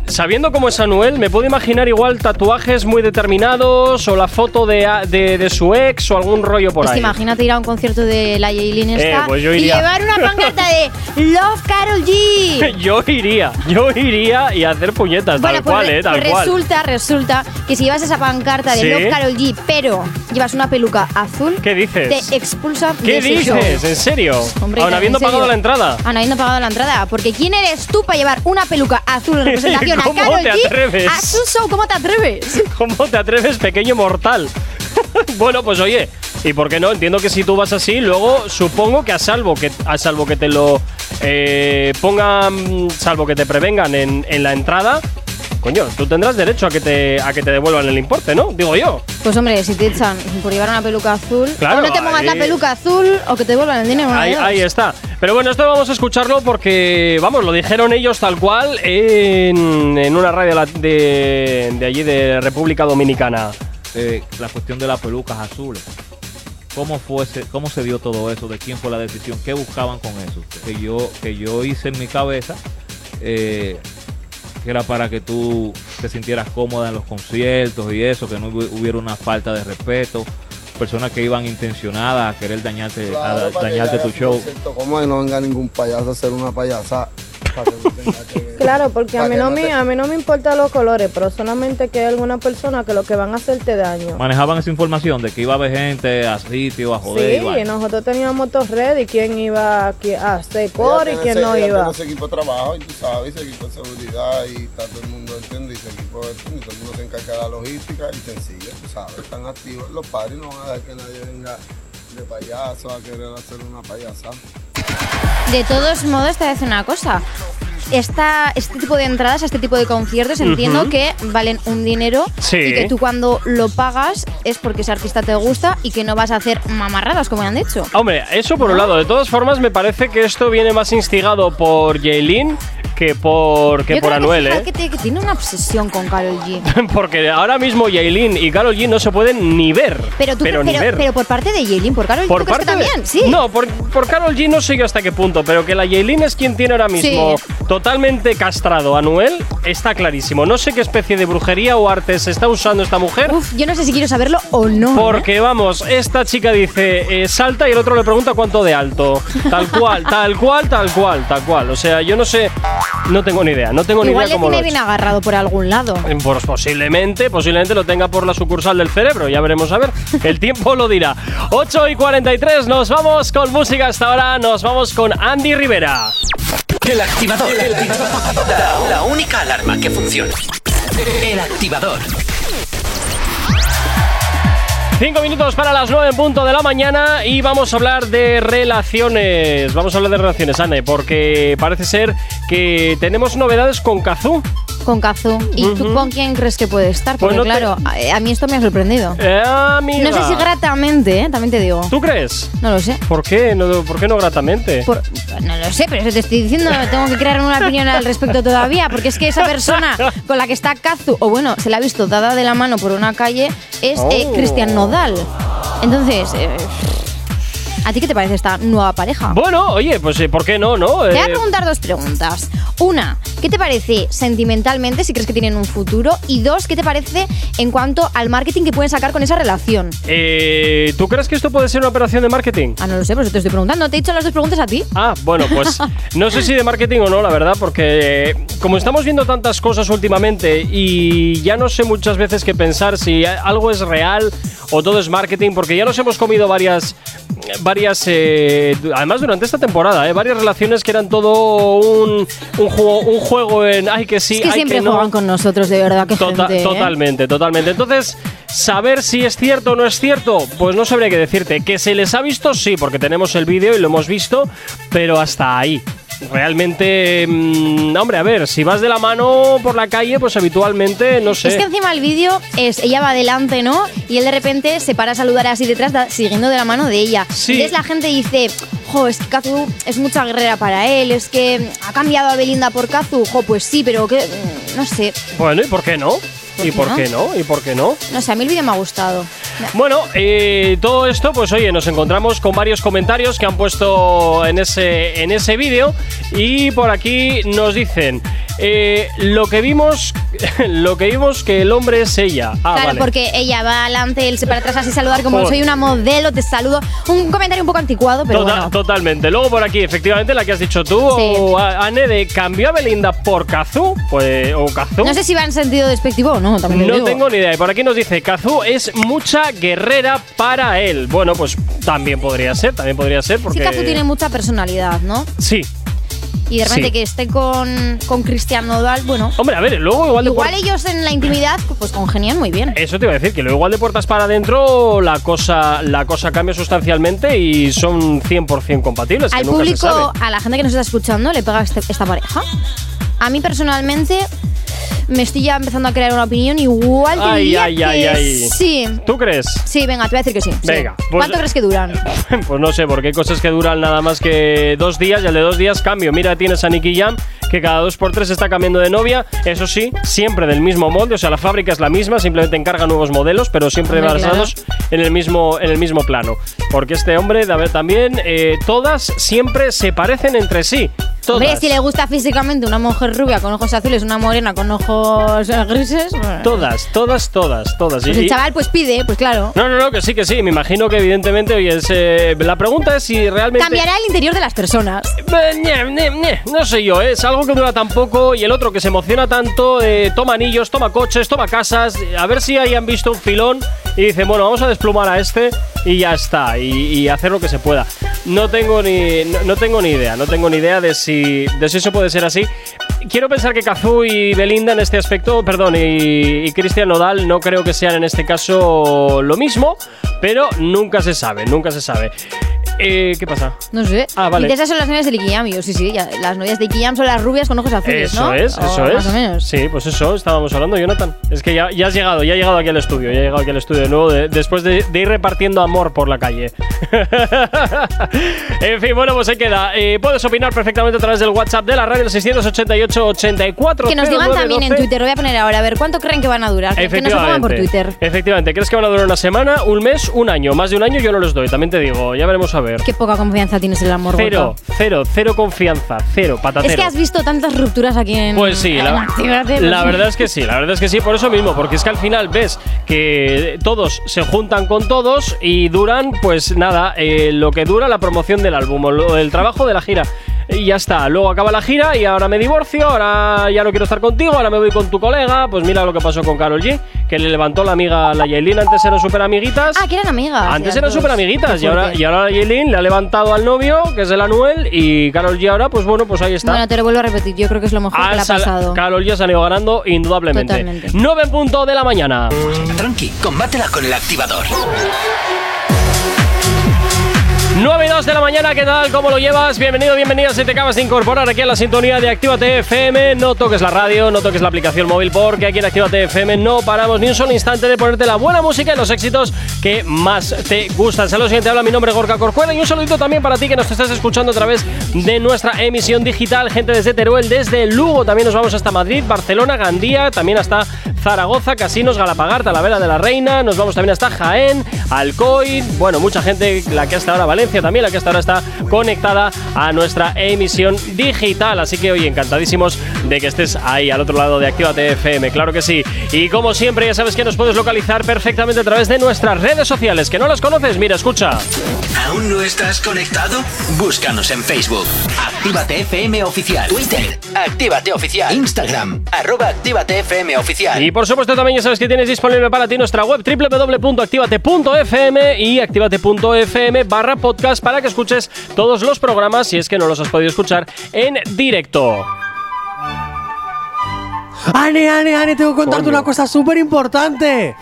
B: Sabiendo cómo es Anuel, me puedo imaginar igual tatuajes muy determinados o la foto de, a- de- de su ex o algún rollo por
C: Es que
B: ahí.
C: Pues imagínate ir a un concierto de la Yailin
B: Eh,
C: esta
B: pues yo
C: y
B: iría.
C: llevar una pancarta de Love
B: <laughs>
C: Carol
B: <laughs>
C: G.
B: Yo iría, yo iría y hacer puñetas,
C: Bueno,
B: tal
C: pues,
B: cual,
C: re-
B: eh, tal
C: pues
B: cual.
C: resulta, resulta que si llevas esa pancarta de
B: ¿Sí?
C: Love Carol G, pero llevas una peluca azul,
B: ¿Qué dices?
C: te expulsan de
B: ¿Qué
C: ese
B: dices?
C: show.
B: ¿En serio?
C: Hombre,
B: Aún
C: en
B: habiendo
C: serio.
B: pagado la entrada.
C: Aún habiendo pagado la entrada. Porque ¿quién eres tú para llevar una peluca azul
B: <laughs>
C: en representación a
B: ¿Cómo
C: Karol
B: te
C: G
B: atreves?
C: a su show? ¿Cómo te atreves?
B: ¿Cómo te atreves, pequeño mortal? <laughs> bueno, pues oye, ¿y por qué no? Entiendo que si tú vas así, luego supongo que a salvo que, a salvo que te lo eh, pongan, salvo que te prevengan en, en la entrada, coño, tú tendrás derecho a que, te, a que te devuelvan el importe, ¿no? Digo yo.
C: Pues hombre, si te echan por llevar una peluca azul,
B: Claro,
C: o no te pongas la
B: ahí-
C: peluca azul o que te devuelvan el dinero. una de
B: Ahí,
C: dos.
B: ahí está. Pero bueno, esto vamos a escucharlo porque, vamos, lo dijeron ellos tal cual en, en una radio la- de, de allí, de República Dominicana.
G: eh, la cuestión de las pelucas azules. ¿Cómo, fue ese- ¿Cómo se dio todo eso? ¿De quién fue la decisión? ¿Qué buscaban con eso? Que yo, que yo hice en mi cabeza eh, que era para que tú te sintieras cómoda en los conciertos y eso, que no hubi- hubiera una falta de respeto, personas que iban intencionadas a querer dañarte, a da-
H: Claro, para que
G: Eh, dañarte
H: hagas
G: tu
H: un
G: show.
H: concierto cómodo y no venga ningún payaso a hacer una payasa. para que no tenga que-
I: Claro, porque a
H: para
I: mí,
H: que
I: no
H: te-
I: me, a mí no me importan los colores, pero solamente que hay alguna persona que lo que van a hacerte daño.
G: Manejaban esa información de que iba a haber gente a sitio, a joder. y
I: sí,
G: vaina.
I: nosotros teníamos todos ready quién iba a qui- a hacer core y
H: Ella tiene
I: quién
H: ese-
I: no
H: ella
I: iba.
H: tiene ese equipo de trabajo, y tú sabes, ese equipo de seguridad, y está todo el mundo, ¿entiendes? Y ese equipo de y todo el mundo se encarga de la logística y sencillo, tú sabes, están activos. Los padres no van a dejar que nadie venga de payaso a querer hacer una payasa.
C: De todos modos, te voy a decir una cosa. Esta, este tipo de entradas, este tipo de conciertos, entiendo que valen un dinero
B: Sí.
C: y que tú cuando lo pagas es porque ese artista te gusta y que no vas a hacer mamarradas, como han dicho.
B: Hombre, eso por un lado. De todas formas, me parece que esto viene más instigado por Jaylin que por, que
C: Yo
B: por
C: creo
B: Anuel,
C: que,
B: ¿eh?
C: fíjate que tiene una obsesión con Karol G.
B: <laughs> Porque ahora mismo Jaylin y Karol G no se pueden ni ver.
C: Pero
B: <laughs>
C: tú
B: pero
C: pero,
B: ni ver.
C: pero por parte de Yelin, por Karol G, ¿tú crees que
B: de-
C: también? Sí.
B: No, por, por Karol G no sé yo hasta qué punto, pero que la Yailin es quien tiene ahora mismo
C: Sí.
B: totalmente castrado a Anuel, está clarísimo. No sé qué especie de brujería o arte se está usando esta mujer.
C: Uf, yo no sé si quiero saberlo o no. ¿eh?
B: Porque vamos, esta chica dice eh, salta y el otro le pregunta cuánto de alto. Tal cual, tal cual, tal cual, tal cual. O sea, yo no sé, no tengo ni idea, no tengo ni
C: Igual
B: idea
C: le
B: cómo lo
C: tiene
B: ha
C: bien
B: hecho.
C: agarrado por algún lado.
B: Eh, Pues posiblemente, posiblemente lo tenga por la sucursal del cerebro, ya veremos a
C: <laughs>
B: ver. El tiempo lo dirá. 8 y 43, nos vamos con música hasta ahora, nos vamos con Andy Rivera.
A: El activador. El activador. La, la única alarma que funciona. El activador.
B: 5 minutos para las 9 en punto de la mañana y vamos a hablar de relaciones. Vamos a hablar de relaciones, Anne, porque parece ser que tenemos novedades con Kazú.
C: Con Kazu. ¿Y tú con quién crees que puede estar?
B: Pues
C: Porque
B: no te-
C: claro, a, a mí esto me ha sorprendido.
B: Eh, amiga.
C: No sé si gratamente, ¿eh? también te digo.
B: ¿Tú crees?
C: No lo sé.
B: ¿Por qué? No, ¿Por qué no gratamente?
C: Por- no lo sé, pero eso te estoy diciendo. Tengo que crear una opinión al respecto todavía. Porque es que esa persona con la que está Kazu, o bueno, se la ha visto dada de la mano por una calle, es eh,
B: Oh.
C: Cristian Nodal. Entonces, eh, ¿a ti qué te parece esta nueva pareja?
B: Bueno, oye, pues eh, ¿por qué no, no?
C: Te voy a
B: Eh,
C: preguntar dos preguntas. Una, ¿qué te parece sentimentalmente si crees que tienen un futuro? Y dos, ¿qué te parece en cuanto al marketing que pueden sacar con esa relación?
B: eh, ¿Tú crees que esto puede ser una operación de marketing?
C: Ah, no lo sé, por eso te estoy preguntando. Te he hecho las dos preguntas a ti.
B: Ah, bueno, pues no sé si de marketing o no, la verdad, porque eh, como estamos viendo tantas cosas últimamente y ya no sé muchas veces qué pensar si a- algo es real o todo es marketing, porque ya nos hemos comido varias, eh, varias, eh, du- además durante esta temporada, eh, varias relaciones que eran todo un, un, juego, un juego en, ay que sí,
C: es que
B: ay
C: siempre
B: que no.
C: juegan con nosotros, de verdad, que
B: Tota-
C: gente, ¿eh?
B: Totalmente, totalmente. Entonces, saber si es cierto o no es cierto, pues no sabría qué decirte. Que se les ha visto, sí, porque tenemos el vídeo y lo hemos visto, pero hasta ahí. Realmente, mm, hombre, a ver, si vas de la mano por la calle, pues habitualmente, no sé.
C: Es que encima el vídeo es ella va adelante, ¿no? Y él de repente se para a saludar así detrás, da- siguiendo de la mano de ella.
B: Sí.
C: Entonces la gente dice, jo, es que Kazu es mucha guerrera para él, es que ha cambiado a Belinda por Kazu. Jo, pues sí, pero que. No sé,
B: Bueno, ¿y por qué no?
C: ¿Por
B: ¿Y
C: qué
B: por
C: no?
B: qué no? ¿Y por qué no?
C: no sé, a mí el vídeo me ha gustado.
B: Bueno, eh, todo esto, pues oye, nos encontramos con varios comentarios que han puesto en ese, en ese vídeo. Y por aquí nos dicen. Eh, lo que vimos, <laughs> lo que vimos que el hombre es ella. Ah,
C: claro,
B: vale.
C: porque ella va adelante, él se para atrás así saludar como
B: Joder.
C: soy una modelo, te saludo. Un comentario un poco anticuado, pero
B: Tota-
C: bueno.
B: Totalmente. Luego por aquí, efectivamente, la que has dicho tú,
C: Sí.
B: o a- Ane, de cambió a Belinda por Kazú, pues, o Kazú.
C: No sé si va en sentido despectivo o no, también te
B: No
C: digo.
B: tengo ni idea. Y por aquí nos dice, Kazú es mucha guerrera para él. Bueno, pues también podría ser, también podría ser,
C: Sí,
B: porque...
C: Kazu tiene mucha personalidad, ¿no?
B: Sí.
C: Y de repente
B: Sí.
C: que esté con, con Cristian Nodal, bueno.
B: Hombre, a ver, luego igual... de Eh,
C: Igual
B: por-
C: ellos en la intimidad, pues congenian muy bien.
B: Eso te iba a decir, que luego igual de puertas para adentro la cosa, la cosa cambia sustancialmente y son 100% compatibles. que
C: Al
B: nunca se
C: público,
B: sabe.
C: a la gente que nos está escuchando, le pega este- esta pareja. A mí personalmente me estoy ya empezando a crear una opinión. Igual
B: Ay,
C: diría
B: ay, ay,
C: que
B: ay.
C: sí.
B: ¿Tú crees? <laughs>
C: Sí, venga, te voy a decir que sí. sí.
B: Venga, pues-
C: ¿Cuánto crees que duran?
B: Pues no sé, porque hay cosas que duran nada más que dos días y al de dos días cambio. Mira, tienes a Nicky Jam, que cada dos por tres está cambiando de novia. Eso sí, siempre del mismo molde, o sea, la fábrica es la misma, simplemente encarga nuevos modelos, pero siempre
C: Hombre,
B: basados en, el mismo, en el mismo plano. Porque este hombre, a ver, también, eh, todas siempre se parecen entre sí. Todas.
C: Hombre, si le gusta físicamente una mujer rubia con ojos azules, una morena con ojos eh, grises. bueno.
B: Todas, todas, todas, todas.
C: Pues
B: Y-
C: el
B: y-
C: chaval pues pide, pues claro.
B: No, no, no, que sí, que sí. Me imagino que evidentemente, oye, es, eh, la pregunta es si realmente...
C: Cambiará el interior de las personas.
B: Eh, ñe, ñe, ñe. No sé yo, ¿eh? es algo que dura tan poco y el otro que se emociona tanto, eh, toma anillos, toma coches, toma casas, eh, a ver si hayan visto un filón y dicen, bueno, vamos a desplumar a este y ya está, y, y hacer lo que se pueda. No tengo ni, no, no tengo ni idea, no tengo ni idea de si, de si eso puede ser así. Quiero pensar que Kazu y Belinda en este aspecto, perdón, y, y Cristian Nodal no creo que sean en este caso lo mismo, pero nunca se sabe, nunca se sabe. Eh, ¿Qué pasa?
C: No sé.
B: Ah, vale.
C: Y de esas son las novias de Nicky Jam. y yo, sí, sí, ya, las novias de Nicky Jam son las rubias con ojos azules,
B: Eso
C: ¿no?
B: es,
C: O
B: eso es.
C: Más o menos.
B: Sí, pues eso estábamos hablando, Jonathan. Es que ya, ya has llegado, ya has llegado aquí al estudio, ya has llegado aquí al estudio de nuevo, de- después de, de ir repartiendo amor por la calle. <laughs> en fin, bueno, pues ahí queda. Eh, puedes opinar perfectamente a través del WhatsApp de la radio el 688 84
C: Que nos digan también en
B: 0912.
C: Twitter, lo voy a poner ahora, a ver, ¿cuánto creen que van a durar? Que que nos lo pongan por Twitter.
B: Efectivamente, ¿crees que van a durar una semana, un mes, un año? Más de un año yo no los doy, también te digo, ya veremos a ver.
C: Qué poca confianza tienes en el amor
B: Cero,
C: roto.
B: cero, cero confianza, cero, patatero.
C: Es que has visto tantas rupturas aquí en.
B: Pues sí,
C: en
B: la,
C: Actívate, pues
B: la
C: sí.
B: verdad es que sí, la verdad es que sí, por eso mismo, porque es que al final ves que todos se juntan con todos y duran, pues nada, eh, lo que dura la promoción del álbum, o lo- el trabajo de la gira. Y ya está, luego acaba la gira y ahora me divorcio, ahora ya no quiero estar contigo, ahora me voy con tu colega. Pues mira lo que pasó con Carol G, que le levantó la amiga a la Yailin, antes eran súper amiguitas.
C: Ah, que eran amigas.
B: Antes
C: las
B: eran
C: dos.
B: súper amiguitas
C: Qué
B: y ahora,
C: fuerte.
B: y ahora Yailin le ha levantado al novio, que es el Anuel, y Carol G ahora, pues bueno, pues ahí está.
C: Bueno, te lo vuelvo a repetir, yo creo que es lo mejor que le ha
B: Al sal-
C: pasado.
B: Carol ya salió ganando, indudablemente.
C: Totalmente.
B: 9 en punto de la mañana.
A: Tranqui, combátela con el activador.
B: 9 y 2 de la mañana, ¿qué tal? ¿Cómo lo llevas? Bienvenido, bienvenida. Si te acabas de incorporar aquí a la sintonía de Actívate FM, no toques la radio, no toques la aplicación móvil, porque aquí en Actívate FM no paramos ni un solo instante de ponerte la buena música y los éxitos que más te gustan. Saludos, gente. Habla mi nombre, es Gorka Corcuera, y un saludito también para ti que nos estás escuchando a través de nuestra emisión digital. Gente desde Teruel, desde Lugo, también nos vamos hasta Madrid, Barcelona, Gandía, también hasta Zaragoza, Casinos, Galapagar, Talavera de la Reina, nos vamos también hasta Jaén, Alcoy, bueno, mucha gente, la que hasta ahora Valencia también, la que hasta ahora está conectada a nuestra emisión digital. Así que hoy encantadísimos de que estés ahí al otro lado de Actívate FM, claro que sí. Y como siempre, ya sabes que nos puedes localizar perfectamente a través de nuestras redes sociales, que no las conoces, mira, escucha.
A: ¿Aún no estás conectado? Búscanos en Facebook. Actívate FM Oficial. Twitter. Actívate Oficial. Instagram. Arroba Actívate FM Oficial.
B: Y por supuesto también ya sabes que tienes disponible para ti nuestra web www.activate.fm y activate.fm barra podcast para que escuches todos los programas si es que no los has podido escuchar en directo.
D: Ane, Ane, Ane, tengo que contarte una cosa súper importante.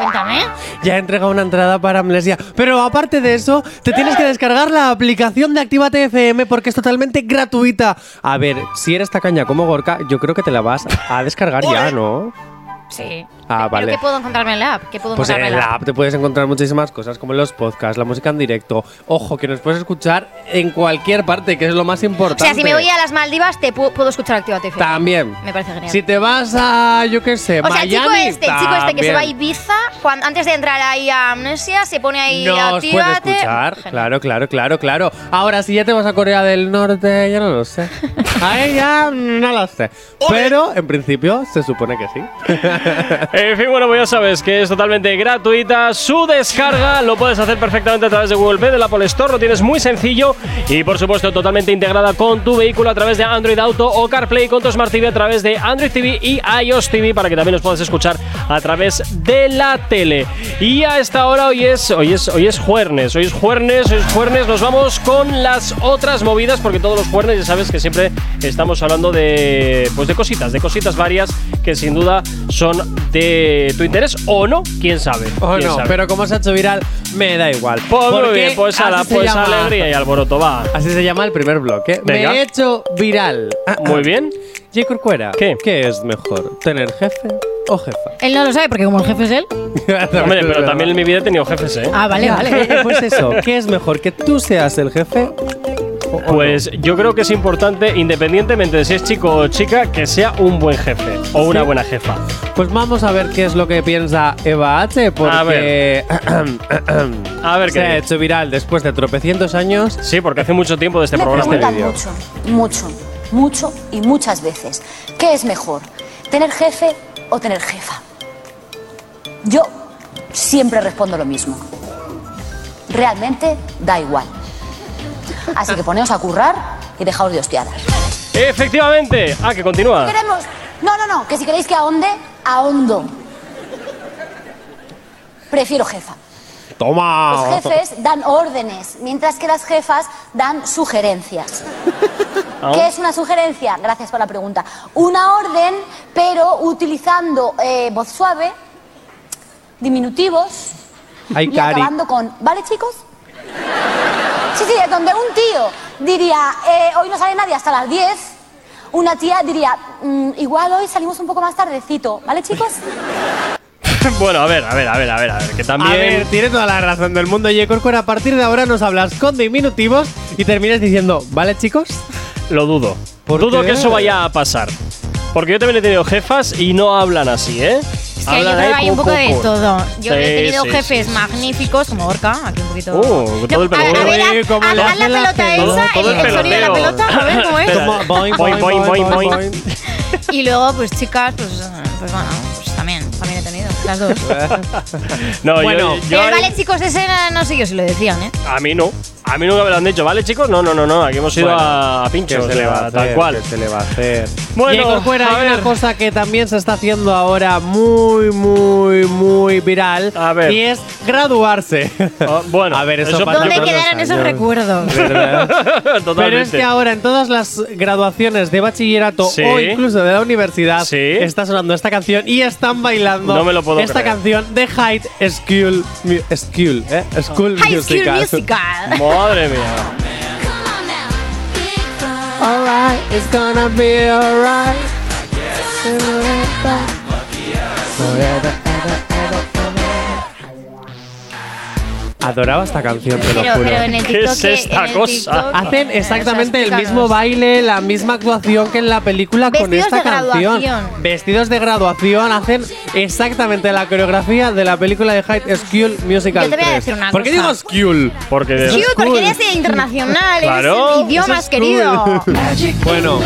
C: Cuéntame.
D: Ya he entregado una entrada para Amnesia. Pero aparte de eso, te tienes que descargar la aplicación de Actívate FM porque es totalmente gratuita. A ver, si eres tacaña como Gorka, yo creo que te la vas a descargar ya, ¿no?
C: Sí.
D: Ah,
C: Pero
D: vale.
C: ¿qué puedo encontrarme en la app? ¿Qué puedo
D: Pues
C: encontrarme
D: en la app te puedes encontrar muchísimas cosas, como los podcasts, la música en directo. Ojo, que nos puedes escuchar en cualquier parte, que es lo más
C: O
D: importante.
C: sea, si me voy a las Maldivas, te pu- puedo escuchar Actívate FM.
D: También.
C: Me parece genial.
D: Si te vas a, yo qué sé,
C: o sea, el chico
D: Miami,
C: este, el chico este que se va a
D: también.
C: Ibiza, cuan- antes de entrar ahí a Amnesia, se pone ahí
D: Nos puede
C: Actívate.
D: escuchar.
C: Genial.
D: Claro, claro, claro, claro. Ahora, si ya te vas a Corea del Norte, ya no lo <laughs> sé. Ahí ya no lo sé. Pero, en principio, se supone que sí.
B: En fin, bueno, pues ya sabes que es totalmente gratuita. Su descarga lo puedes hacer perfectamente a través de Google Play, del Apple Store, lo tienes muy sencillo. Y por supuesto, totalmente integrada con tu vehículo a través de Android Auto o CarPlay con tu Smart TV a través de Android TV y iOS TV para que también los puedas escuchar a través de la tele. Y a esta hora, hoy es, hoy es, hoy es jueves, hoy es jueves, hoy es jueves. Nos vamos con las otras movidas porque todos los jueves ya sabes que siempre estamos hablando de, pues de cositas, de cositas varias que sin duda son de tu interés o no, quién sabe.
D: <laughs> O
B: quién
D: no,
B: sabe.
D: pero como se ha hecho viral, me da igual.
B: Pues muy
D: Porque
B: bien, pues a la
D: así se
B: pues
D: llama-
B: alegría y alboroto va.
D: Así se llama el primer bloque.
B: Venga.
D: Me he hecho viral.
B: Muy bien.
D: J. Corcuera,
B: ¿Qué?
D: es mejor? ¿Tener jefe o jefa?
J: Él no lo sabe porque como el jefe es
D: <laughs>
J: él.
B: Hombre, pero también en mi vida he tenido jefes, ¿eh?
J: Ah, vale, vale.
D: Eh, <laughs> Pues eso, ¿qué es mejor? ¿Que tú seas el jefe? o- o no?
B: Pues yo creo que es importante, independientemente de si es chico o chica, que sea un buen jefe o una
D: Sí.
B: buena jefa.
D: Pues vamos a ver qué es lo que piensa Eva H. Porque
B: A ver. A ver
D: <laughs> se
B: qué
D: ha
B: dice.
D: hecho viral después de tropecientos años.
B: Sí, porque hace mucho tiempo de este
K: Me
B: programa.
K: preguntan
D: vídeo.
K: mucho, mucho, mucho y muchas veces, ¿qué es mejor? ¿Tener jefe o tener jefa? Yo siempre respondo lo mismo. Realmente da igual. Así que poneos a currar y dejaos de hostiadas.
B: Efectivamente. Ah, que continúa.
K: Queremos... No, no, no, que si queréis que ahonde, ahondo. Prefiero jefa. Los
D: ¡Toma!
K: jefes dan órdenes, mientras que las jefas dan sugerencias. ¿Qué es una sugerencia? Gracias por la pregunta. Una orden, pero utilizando eh, voz suave, diminutivos
D: Ay,
K: y
D: Cari.
K: acabando con ¿vale, chicos? Sí, sí, es donde un tío diría eh, hoy no sale nadie hasta las 10, una tía diría "Mm, igual hoy salimos un poco más tardecito, ¿vale, chicos?
B: bueno, a ver, a ver, a ver, a ver, a ver, que
D: A ver,
B: también.
D: tiene toda la razón del mundo, J. Corcuera. A partir de ahora nos hablas con diminutivos y terminas diciendo, ¿vale, chicos?
B: Lo dudo.
D: ¿Por
B: dudo
D: qué?
B: que eso vaya a pasar. Porque yo también he tenido jefas y no hablan así, ¿eh?
C: Es que yo
B: Hablan
C: creo que
B: ahí
C: hay un
B: pum,
C: poco
B: pum,
C: de
B: pum.
C: todo. Yo
B: Sí,
C: he tenido
B: sí,
C: jefes
B: sí, sí.
C: magníficos, como Orca, aquí un poquito.
B: Uh, todo el
C: No, a ver, a ver,
D: peloteo. Uy,
C: haz-
D: cómo
C: haz
D: lo
C: haz la
D: hace la
C: pelota
D: pelota.
C: esa, el,
B: Todo el
C: el sonido de la
B: peloteo.
C: pelota, a ver cómo es.
B: Espera.
D: Como boing,
B: Boing,
D: boing,
B: boing,
D: boing,
B: boing,
D: boing.
C: Y luego, pues chicas, pues, eh, pues bueno, pues también, también he tenido, las
B: <laughs>
C: dos.
B: No, yo-
D: Bueno.
B: yo,
C: Pero vale, chicos, ese eh, no sé yo si lo decían, ¿eh?
B: a mí no. A mí nunca me lo han dicho, ¿vale, chicos? No, no, no, no. Aquí hemos ido
D: Bueno,
B: a, a
D: ¿Qué
B: pinchos,
D: se le va a
B: tal
D: hacer?
B: cual.
D: ¿Qué se le va a hacer?
B: Bueno,
D: Diego Corcuera,
B: a <laughs>
D: hay
B: ver.
D: una cosa que también se está haciendo ahora muy, muy, muy viral.
B: A ver.
D: Y es graduarse.
B: Ah, bueno,
D: <laughs> a ver, eso,
B: eso
D: pasa
B: ¿Dónde
D: todos los
C: quedaron esos
D: años.
C: recuerdos?
D: ¿Verdad?
B: Totalmente.
D: Pero es que ahora en todas las graduaciones de bachillerato
B: Sí.
D: o incluso de la universidad
B: Sí.
D: está sonando esta canción y están bailando
B: No me lo puedo
D: esta
B: creer.
D: canción de High School, Mu- School, ¿eh? School
C: High School
D: Musical.
C: Musical.
B: Madre mía.
D: Alright, it's gonna be alright. Adoraba esta canción, te lo
C: Pero,
D: juro.
C: pero en el
B: ¿Qué
C: TikTok.
B: es esta
C: en el
B: cosa?
C: TikTok,
D: Hacen
C: eh, o sea,
D: exactamente el
C: explícanos.
D: mismo baile, la misma actuación que en la película con
C: Vestidos
D: esta
C: de
D: canción.
C: graduación.
D: Vestidos de graduación hacen exactamente la coreografía de la película de High School
C: Yo
D: Musical.
C: te voy a
D: 3.
C: decir una
D: ¿Por qué
C: cosa.
D: digo School?
B: Porque.
C: Cute, porque
D: School.
C: eres de internacional,
B: Claro,
C: eres el idioma,
D: eso es
C: querido.
D: cool. bueno,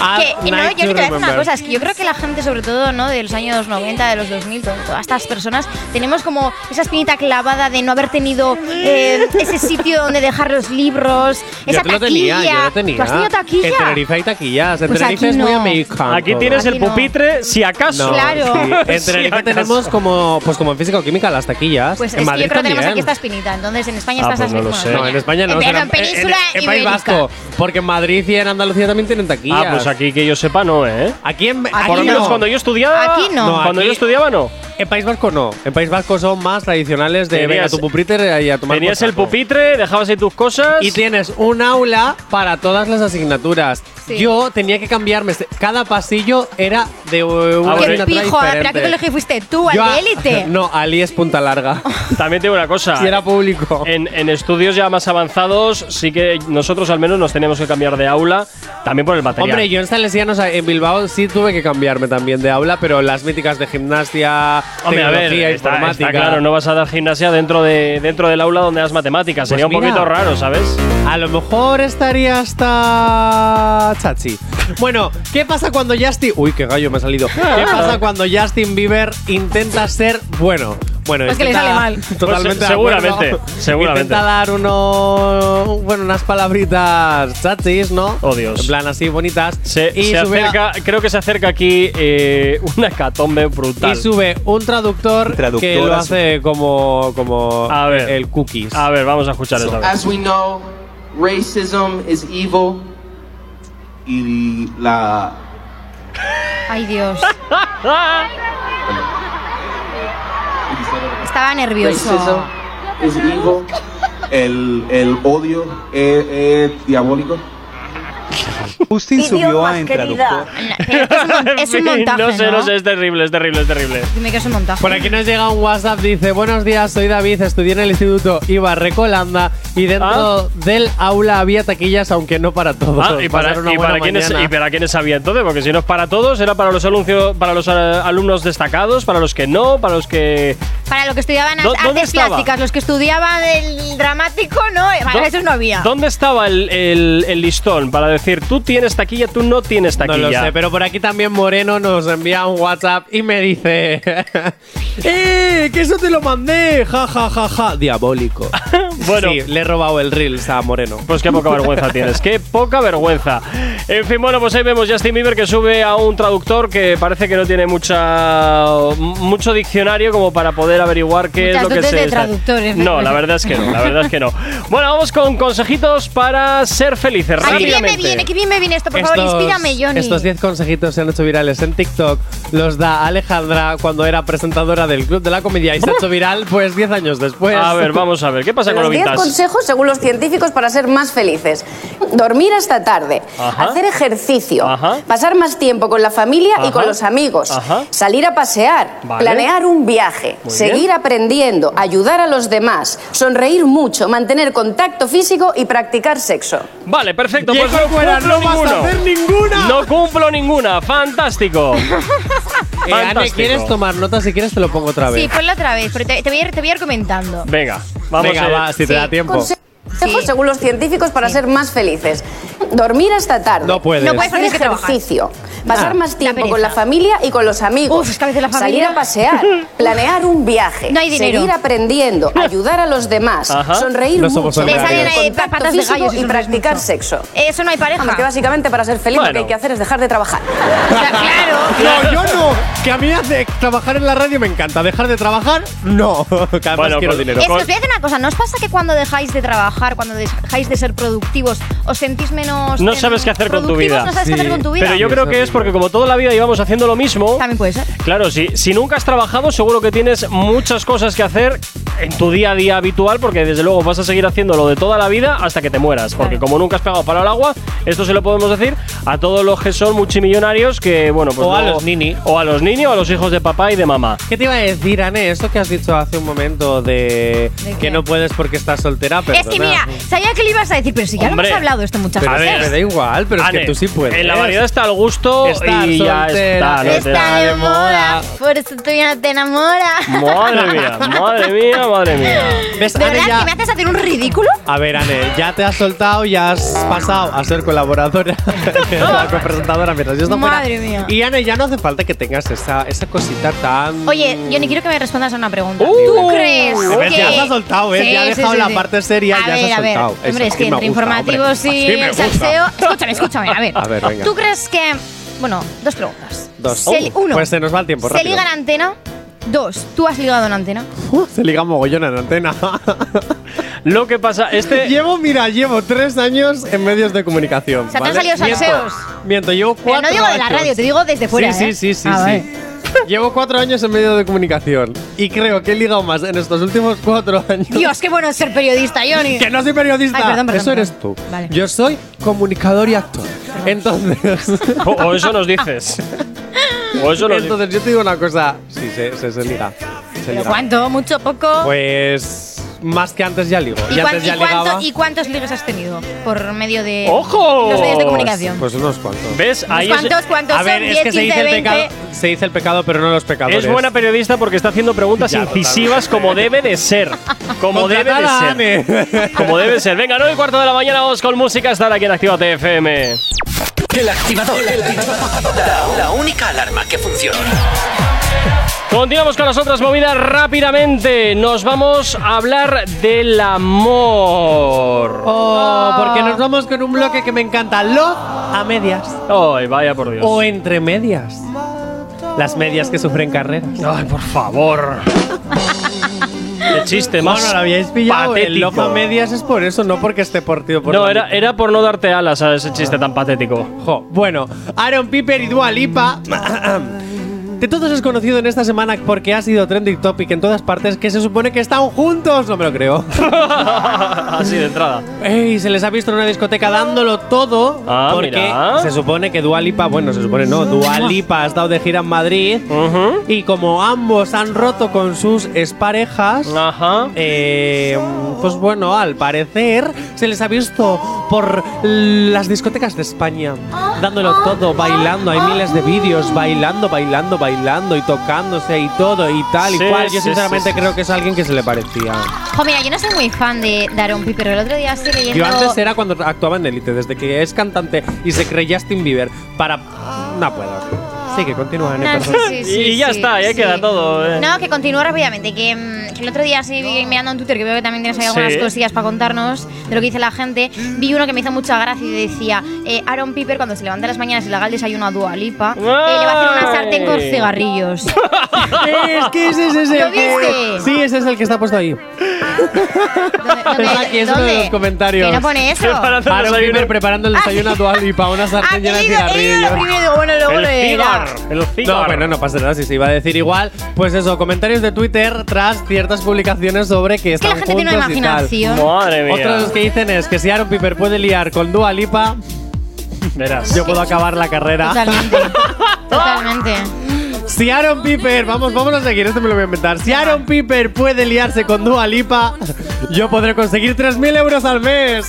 D: Ah,
C: <laughs> que, no,
D: nice
C: yo creo que
D: to
C: una
D: remember.
C: cosa, es que yo creo que la gente, sobre todo, ¿no? De los años 90, de los 2000, to- todas estas personas, tenemos como esa espinita clavada de no haber tenido eh, ese sitio donde dejar los libros,
D: Yo
C: esa
D: te lo tenía,
C: taquilla.
D: yo lo
C: ¿Tú
D: tenía.
C: has tenido taquilla?
D: En Tenerife hay taquillas. En
C: Pues
D: Tenerife
C: aquí
D: es muy
C: no.
D: americano.
B: Aquí
D: todo.
B: tienes el
C: Aquí no.
B: pupitre, si acaso.
D: No,
C: Claro.
D: sí. En
B: Si
D: Tenerife
B: acaso.
D: tenemos como, pues como en físico-química las taquillas.
C: Pues
D: en
C: es que
D: Madrid
C: yo creo que tenemos
D: también.
C: aquí esta espinita. Entonces, en España
B: Ah,
C: estás
B: pues no lo sé.
D: No, en España no.
C: Pero
D: será-
C: en Península
D: en, en País
C: Ibérica.
D: Vasco. Porque en Madrid y en Andalucía también tienen taquillas.
B: Ah, pues aquí que yo sepa no, ¿eh?
D: Aquí en, aquí
B: Por lo menos
D: no.
B: cuando yo estudiaba.
C: Aquí no. No,
B: Cuando
D: aquí-
B: yo estudiaba no.
D: En País Vasco no. En País Vasco son más tradicionales de
B: Tenías-
D: venga tu pupitre y a tomar
B: Tenías
D: por
B: el
D: saco.
B: pupitre, dejabas ahí tus cosas.
D: Y tienes un aula para todas las asignaturas.
C: Sí.
D: Yo tenía que cambiarme. este, Cada pasillo era de eh,
B: Ah,
D: una
C: ¡Qué
D: letra
C: pijo! ¿A ¿a
D: diferente.
C: qué colegio fuiste tú? ¿Al
D: Yo a-
C: de élite?
D: <laughs> No, Ali es
C: <laughs>
D: punta larga. <laughs>
B: También tengo una cosa.
D: Si era público.
B: En, en estudios ya más avanzados, sí que nosotros al menos nos tenemos que cambiar de aula, también por el material.
D: Hombre, yo en Salesianos en Bilbao sí tuve que cambiarme también de aula, pero las míticas de gimnasia,
B: Hombre, a ver,
D: tecnología,
B: está,
D: informática.
B: está claro, no vas a dar gimnasia dentro, de, dentro del aula donde das matemáticas. Sería un
D: Pues mira.
B: poquito raro, ¿sabes?
D: A lo mejor estaría hasta Chachi. Bueno, ¿qué pasa cuando Justin. Uy, qué gallo me ha
B: <laughs>
D: salido. ¿Qué pasa cuando Justin Bieber intenta ser bueno? Bueno,
C: Pues que le
D: intenta-
C: sale
D: <laughs>
C: mal.
D: Totalmente.
B: Pues,
D: de
B: seguramente,
D: acuerdo.
B: seguramente.
D: Intenta dar uno, bueno, unas palabritas chachis, ¿no?
B: Oh, Dios.
D: En plan así bonitas.
B: Se, se
D: sube a-
B: acerca, creo que se acerca aquí eh, una catombe brutal.
D: y sube un traductor que lo
B: Traductoras.
D: hace como, como
B: A ver.
D: el cookies.
B: A ver, vamos a escuchar otra vez.
J: As we know, racism is evil. Y la.
C: Ay, Dios. Estaba nervioso.
J: Racism is evil. El, el odio es, es diabólico.
L: Justin subió a en traductor.
C: Pero que eh, es un, mon-
B: En fin,
C: es un
B: <laughs>
C: montaje,
B: No sé, no
C: ¿no?
B: sé, es terrible, es terrible, es terrible.
C: Dime que es un montaje.
D: Por aquí nos llega un WhatsApp, dice, buenos días, soy David, estudié en el instituto Iba Recolanda y dentro del aula había taquillas, aunque no para todos.
B: Ah, ¿y para,
D: Pasar una
B: y
D: buena
B: para quiénes,
D: mañana.
B: y para quiénes había entonces? Porque si no es para todos, era para los, alumnos, para los eh, alumnos destacados, para los que no, para los que.
C: Para lo que estudiaban
B: ¿Dó- dónde
C: artes
B: estaba?
C: plásticas, los que estudiaban el dramático, no, eh, para
B: ¿Dó-
C: esos no había.
B: ¿Dónde estaba el, el- el listón para decir tú tienes taquilla, tú no tienes
D: No
B: taquilla?
D: lo sé, pero por aquí también Moreno nos envía un WhatsApp y me dice, <laughs> ¡eh, que eso te lo mandé! ¡Ja, ja, ja, ja! Diabólico.
B: <laughs> Bueno.
D: Sí, le he robado el Reels a Moreno.
B: Pues qué poca
M: <laughs>
B: vergüenza tienes, qué poca vergüenza. En fin, bueno, pues ahí vemos Justin Bieber que sube a un traductor que parece que no tiene mucha mucho diccionario como para poder averiguar qué
C: Muchas
B: es lo que
C: dotes
B: se
C: de
B: está-
C: traductores, ¿no?
B: No, la verdad es que no, la verdad es que no. Bueno, vamos con consejitos para ser felices
C: Ay, qué bien
B: rápidamente.
C: me viene, qué bien me viene esto, por favor, inspírame, Johnny.
D: Estos 10 consejitos se han hecho virales en TikTok. Los da Alejandra cuando era presentadora del Club de la Comedia y se ha hecho viral pues 10 años después.
B: A ver,
D: <laughs>
B: vamos a ver, ¿qué pasa con
M: Los
B: lo
M: 10
B: vintage?
M: consejos según los científicos para ser más felices. Dormir hasta tarde,
B: Ajá.
M: hacer ejercicio, pasar más tiempo con la familia y
B: Ajá.
M: con los amigos,
B: Ajá.
M: salir a pasear,
B: Vale.
M: planear un viaje,
B: Muy
M: seguir
B: bien.
M: aprendiendo, ayudar a los demás, sonreír mucho, mantener contacto físico y practicar sexo.
B: Vale, perfecto, pues
M: Viejo
B: no
M: fuera,
B: cumplo
M: no vas a
B: ninguno.
M: hacer
B: ninguna. No cumplo ninguna, fantástico.
D: Eh, Ane,
B: Fantástico.
D: ¿quieres tomar nota? Si quieres te lo pongo otra vez.
C: Sí, ponlo otra vez, pero te, te voy, a ir, te voy a ir comentando.
B: Venga, vamos
D: Venga,
B: a
D: va, si te Sí. da tiempo.
M: Consejos según los científicos para ser más felices. Dormir hasta tarde.
D: No puedes. No puedes
M: hacer
D: porque tienes que trabajar.
M: ejercicio. Pasar
D: Ah.
M: más tiempo con la familia y con los amigos. Salir
C: familia- <laughs>
M: a pasear. planear un viaje.
C: No hay dinero.
M: Seguir
C: <laughs>
M: aprendiendo. Ayudar a los demás.
C: Ajá.
M: Sonreír
D: No somos
M: mucho.
D: Te solidarios. salen
C: ahí
M: contacto
C: patas de
M: físico
C: gallo si
M: y
C: sonreís
M: practicar
C: mucho.
M: sexo.
C: Eso no hay pareja.
M: Vamos, que básicamente para ser feliz lo
D: Bueno.
M: que hay que hacer es dejar de trabajar.
D: No, yo no. Que a mí hace trabajar en la radio me encanta. Dejar de trabajar, no. <laughs> Que
B: Bueno,
D: además
B: pues-
D: quiero
B: con-
D: dinero.
C: Es que os voy a decir una cosa, ¿no os pasa que cuando dejáis de trabajar, cuando dejáis de ser productivos, os sentís menos.
B: No
C: em,
B: sabes qué hacer con tu
C: productivos?
B: vida.
C: No sabes qué hacer con tu vida.
B: Pero yo creo que es porque como toda la vida llevamos haciendo lo mismo.
C: También puede ser.
B: Claro, si, si nunca has trabajado, seguro que tienes muchas cosas que hacer en tu día a día habitual, porque desde luego vas a seguir haciendo lo de toda la vida hasta que te mueras. Porque como nunca has pegado para el agua, esto se lo podemos decir a todos los que son multimillonarios que, bueno, pues.
D: O a
B: luego-
D: los nini.
B: O a los nini o a los hijos de papá y de mamá.
D: ¿Qué te iba a decir, Ane? Esto que has dicho hace un momento de, que no puedes porque estás soltera, pero.
C: Es que mira, sabía que le ibas a decir, pero si ya lo
D: Hombre.
C: hemos hablado esto muchas
D: Pero
C: veces.
D: es que me da igual, pero es
B: Ane,
D: que tú sí puedes.
B: En la variedad está el gusto
D: Estar
B: y ya
D: soltera,
B: está. no te-
D: estar de
C: moda, por eso tú ya no te enamoras.
B: Madre mía, madre mía, madre mía.
D: <laughs> ¿Ves,
C: ¿De
D: Ane,
C: verdad
D: ya-
C: que me haces hacer un ridículo?
D: A ver, Ane, ya te has soltado, ya has pasado a ser
C: <laughs>
D: colaboradora, <laughs> la copresentadora mientras yo estoy fuera.
C: Madre mía.
D: Y Ane, ya no hace falta que tengas esa, esa cosita tan.
C: Oye, Johnny, quiero que me respondas a una pregunta. ¿Tú crees
D: Uh, A ver,
C: que...
D: ya se ha soltado, ¿ves? Ya ha dejado la parte seria,
C: A
D: ya se
C: ver,
D: ha
C: a ver.
D: soltado. Eso
C: Hombre, es
D: sí
C: que
D: me
C: entre
D: gusta,
C: informativos
D: hombre.
C: y
D: Así me
C: el
D: gusta.
C: salseo... Escúchame, escúchame, a ver.
D: <laughs> A ver, venga.
C: ¿Tú crees que... Bueno, dos preguntas.
D: Dos.
C: Se li-
D: Uh,
C: uno.
D: Pues se nos va el tiempo,
C: ¿Se
D: rápido.
C: liga en antena? Dos. ¿Tú has ligado en antena?
D: Uh, se liga mogollón en antena.
B: <laughs> Lo que pasa, este.
D: llevo, mira, llevo tres años en medios de comunicación.
C: O sea, te han
D: ¿vale?
C: salido
D: Miento,
C: salseos.
D: Miento, llevo
C: Pero
D: cuatro.
C: no digo de la
D: años.
C: radio, te digo desde fuera,
D: Sí,
C: ¿eh?
D: sí, sí, sí.
C: Ah,
D: sí.
C: vale.
D: <laughs> Llevo cuatro años en medio de comunicación y creo que he ligado más en estos últimos cuatro años.
C: Dios, qué bueno es ser periodista, Johnny.
D: Que no soy periodista.
C: Ay, perdón, perdón,
D: eso eres tú.
C: perdón. Vale.
D: Yo soy comunicador y actor.
B: <laughs>
D: Entonces.
B: O, o eso nos dices. O eso nos dices.
D: <laughs> Entonces, yo te digo una cosa. Sí, se, se, se liga. Se
C: ¿Pero
D: liga.
C: cuánto? ¿Mucho? ¿Poco?
D: Pues. Más que antes ya ligo.
C: ¿Y,
D: Y
C: cuán-
D: antes ya
C: y cuánto-
D: ligaba.
C: y cuántos ligues has tenido por medio de
B: ¡Ojo!
C: los medios de comunicación?
D: Pues unos cuantos.
B: ¿Ves? Ahí es-
C: ¿Cuántos, cuántos
D: A ver,
C: son?
D: es que se
C: 10,
D: dice,
C: 15,
D: el
C: 20.
D: pecado, se dice el pecado, pero no los pecadores.
B: Es buena periodista porque está haciendo preguntas
D: Ya,
B: incisivas como debe de ser. Como debe
D: Contratar a <laughs>
B: de ser. Como debe ser. Venga, 9 y cuarto de la mañana, vamos con música. Estar aquí en Activa TFM.
A: El activador. La, la única alarma que funciona.
B: Continuamos con las otras movidas rápidamente. Nos vamos a hablar del amor.
D: Oh, porque
B: Ah.
D: nos vamos con un bloque que me encanta. Love a medias.
B: Ay, vaya por Dios.
D: O entre medias. Las medias que sufren carreras.
B: Ay, por favor. Qué chiste más.
D: Bueno, lo habíais pillado. El
B: patético.
D: Love a medias es por eso, no porque esté partido por
B: No,
D: la
B: era, era por no darte alas a ese chiste tan patético. <laughs>
D: Jo, bueno, Aaron Piper y Dua Lipa. <clears throat> De todos es conocido en esta semana porque ha sido trending topic en todas partes que se supone que están juntos. No me
B: <laughs>
D: lo creo.
B: Así de entrada.
D: Ey, se les ha visto en una discoteca dándolo todo
B: Ah,
D: porque
B: mira.
D: se supone que Dua Lipa, bueno, se supone no, Dua Lipa ha estado de gira en Madrid y como ambos han roto con sus exparejas, <laughs>
B: Ajá.
D: eh, pues bueno, al parecer se les ha visto por las discotecas de España dándolo todo, bailando, hay miles de vídeos bailando, bailando, bailando y tocándose y todo y tal y
B: Sí,
D: cual. Yo
B: sí,
D: sinceramente
B: sí, sí,
D: creo que es alguien que se le parecía.
C: Jo, mira, yo no soy muy fan de Daron Piper, pero el otro día estoy leyendo.
D: Yo antes era cuando actuaba en élite, desde que es cantante y se cree Justin Bieber para. No puedo. Sí, que continúa en
C: No, sí, sí, sí,
B: y ya
C: sí,
B: está, ya
C: sí.
B: queda todo. eh.
C: No, que continúo rápidamente, que, mm, que el otro día sí vi mirando en Twitter, que veo que también tienes ahí algunas
B: Sí.
C: cosillas para contarnos de lo que dice la gente, vi uno que me hizo mucha gracia y decía, eh, Aaron Piper cuando se levanta a las mañanas y le haga el desayuno a Dua Lipa, eh, le va a hacer una sartén con
B: ¡Ay!
D: <laughs>
C: cigarrillos.
D: es que ese, ese es
C: ¿Lo
D: el que.
C: viste?
D: Sí, ese es el que está puesto ahí.
C: ¿Dónde-
D: Está aquí, es uno de
C: dónde?
D: los comentarios.
C: Que no pone
D: <laughs>
C: eso.
B: Para hacer
D: Aaron
B: desayuno.
D: Bieber preparando el desayuno a Dua Lipa, una
C: Ah,
D: sartén
C: que he
D: llena de
C: leído- he leído lo
D: cigarrillos.
C: primero, y digo, bueno, luego
B: El
C: lo
B: cigar.
C: era.
B: El cigar.
D: No, bueno, no pasa nada si se iba a decir igual. Pues eso, comentarios de Twitter tras ciertas publicaciones sobre que
C: Es que
D: están
C: la gente tiene una
D: juntos y tal.
C: imaginación.
B: Madre mía.
D: Otros los que dicen es que si Aaron Piper puede liar con Dua Lipa,
B: Verás.
D: yo puedo acabar la carrera. <laughs>
C: Totalmente. Totalmente.
D: Si Aaron Piper, vamos, vamos a seguir, esto me lo voy a inventar. Si Aaron Piper puede liarse con Dua Lipa, yo podré conseguir 3.000 euros al mes.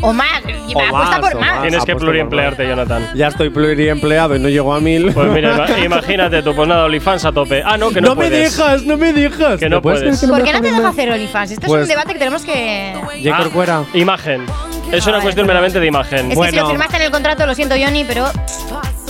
C: O más, y
D: O
C: me apuesta
D: más,
C: por
D: o
C: más.
B: Tienes que
D: apuesto por
B: pluriemplearte, Jonathan.
D: Ya estoy pluriempleado y no llego a 1.000.
B: Pues mira, ima-
C: <laughs>
D: <laughs>
B: imagínate tú, pues nada, OnlyFans a tope. Ah, no, que no,
D: no me
B: puedes.
D: dejas, no me dejas.
B: Que no
D: ¿Me puedes
B: puedes.
D: creer que
C: ¿Por
D: me
C: qué no te
D: dejan
C: deja
D: en-
C: hacer OnlyFans? Esto es
D: Pues-
C: un debate que tenemos que.
D: Ye
B: Ah,
D: Corcuera.
B: Imagen. Es una
C: Vale,
B: cuestión meramente de imagen.
C: Ah, Es que si
D: Bueno.
C: lo firmaste en el contrato, lo siento, Johnny, pero.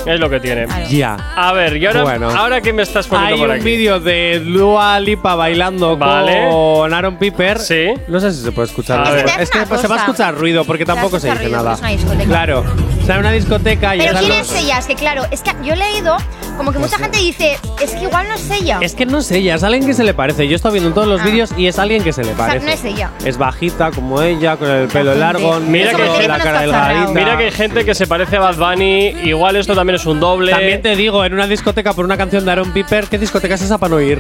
B: Es lo que tiene.
C: Claro.
D: Ya.
B: A ver, y ahora,
D: Bueno.
B: ahora que me estás poniendo
D: Hay
B: por
D: un
B: aquí.
D: vídeo de Dua Lipa bailando
B: Vale.
D: con Aaron Piper.
B: Sí.
D: No sé si se puede escuchar.
B: A ver.
D: Es que
C: Una
D: se va a
C: cosa.
D: escuchar ruido porque
C: va a
D: tampoco se
C: escuchar
D: dice
C: ruido,
D: nada.
C: es una discoteca.
D: Claro. O sea, en una discoteca y
C: Pero
D: están
C: ¿quién
D: los-
C: es ella? Es que claro, es que yo he leído como que mucha gente dice, es que igual no es ella.
D: Es que no es ella, es alguien que se le parece. Yo he estado viendo en todos los
C: Ah.
D: vídeos y es alguien que se le
C: sea,
D: parece.
C: no es ella.
D: Es bajita como ella, con el pelo
C: gente.
D: largo,
B: Mira
D: negro,
B: que- Eso me
D: la
C: tiene
D: cara
C: menos
D: delgadita.
C: cacharrao.
B: Mira que hay gente que se parece a Bad Bunny. Igual esto también es un doble.
D: También te digo, en una discoteca por una canción de Aaron Piper, ¿qué discoteca es esa para
B: <laughs>
D: no ir?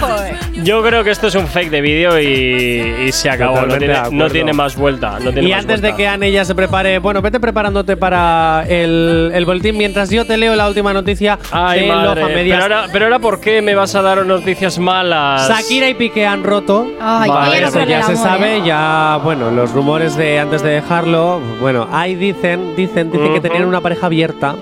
C: Joder.
B: Yo creo que esto es un fake de vídeo y, y se acabó. No
D: Totalmente
B: tiene,
D: de acuerdo.
B: no tiene más vuelta. No tiene
D: y
B: más
D: antes de
B: vuelta.
D: que Anella se prepare, bueno, vete preparándote para el, el boletín mientras yo te leo la última noticia
B: Ay,
D: de
B: madre.
D: Loja
B: Pero
D: Medias.
B: ahora, pero ahora, ¿por qué me vas a dar noticias malas?
D: Shakira y Piqué han roto.
C: Ay,
B: Vale,
C: yo no
D: Eso
C: creo en
D: ya
C: el
D: se
C: amor,
D: sabe,
C: ¿eh?
D: ya, bueno, los rumores de antes de dejarlo, bueno, ahí dicen, dicen, dicen que
B: Ujú.
D: tenían una pareja abierta.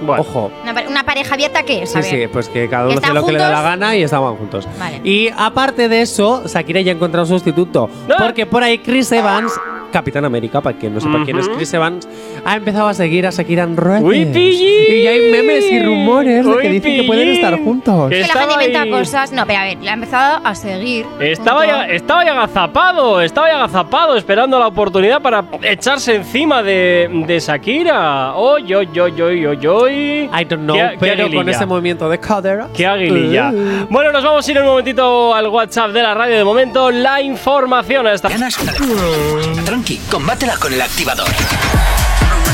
B: Bueno.
D: Ojo.
C: Una, pare- una pareja abierta que es, a
D: Sí,
C: ver.
D: sí, pues que cada uno hace
C: ¿Están
D: lo que le da la
C: juntos?
D: gana y estaban juntos.
C: Vale.
D: Y aparte de eso, Shakira ya ha encontrado un sustituto.
B: ¡Ah!
D: Porque por ahí Chris Evans, Capitán América, para quien no sepa quién es
B: Ujú.
D: Chris Evans, ha empezado a seguir a Shakira en redes.
B: ¡Uy, pillín!
D: Y ya hay memes y rumores de
B: ¡Uy,
D: que dicen que pueden
B: pillín!
D: estar juntos.
B: ¿Qué?
C: Es que
B: Estaba
C: la gente inventa
B: ahí.
C: cosas. No, pero a ver, la ha empezado a seguir.
B: Estaba ya, estaba ya agazapado, estaba ya agazapado, esperando la oportunidad para echarse encima de, de Shakira. Oy, oy, oy, oy, oy, oy.
D: I don't know,
B: Qué- qué
D: pero con
B: aguililla.
D: ese movimiento de cadera.
B: Qué aguililla.
D: Uh.
B: Bueno, nos vamos a ir un momentito al WhatsApp de la radio. De momento, la información a esta.
A: Mañanas. Tranqui, combátela con el activador.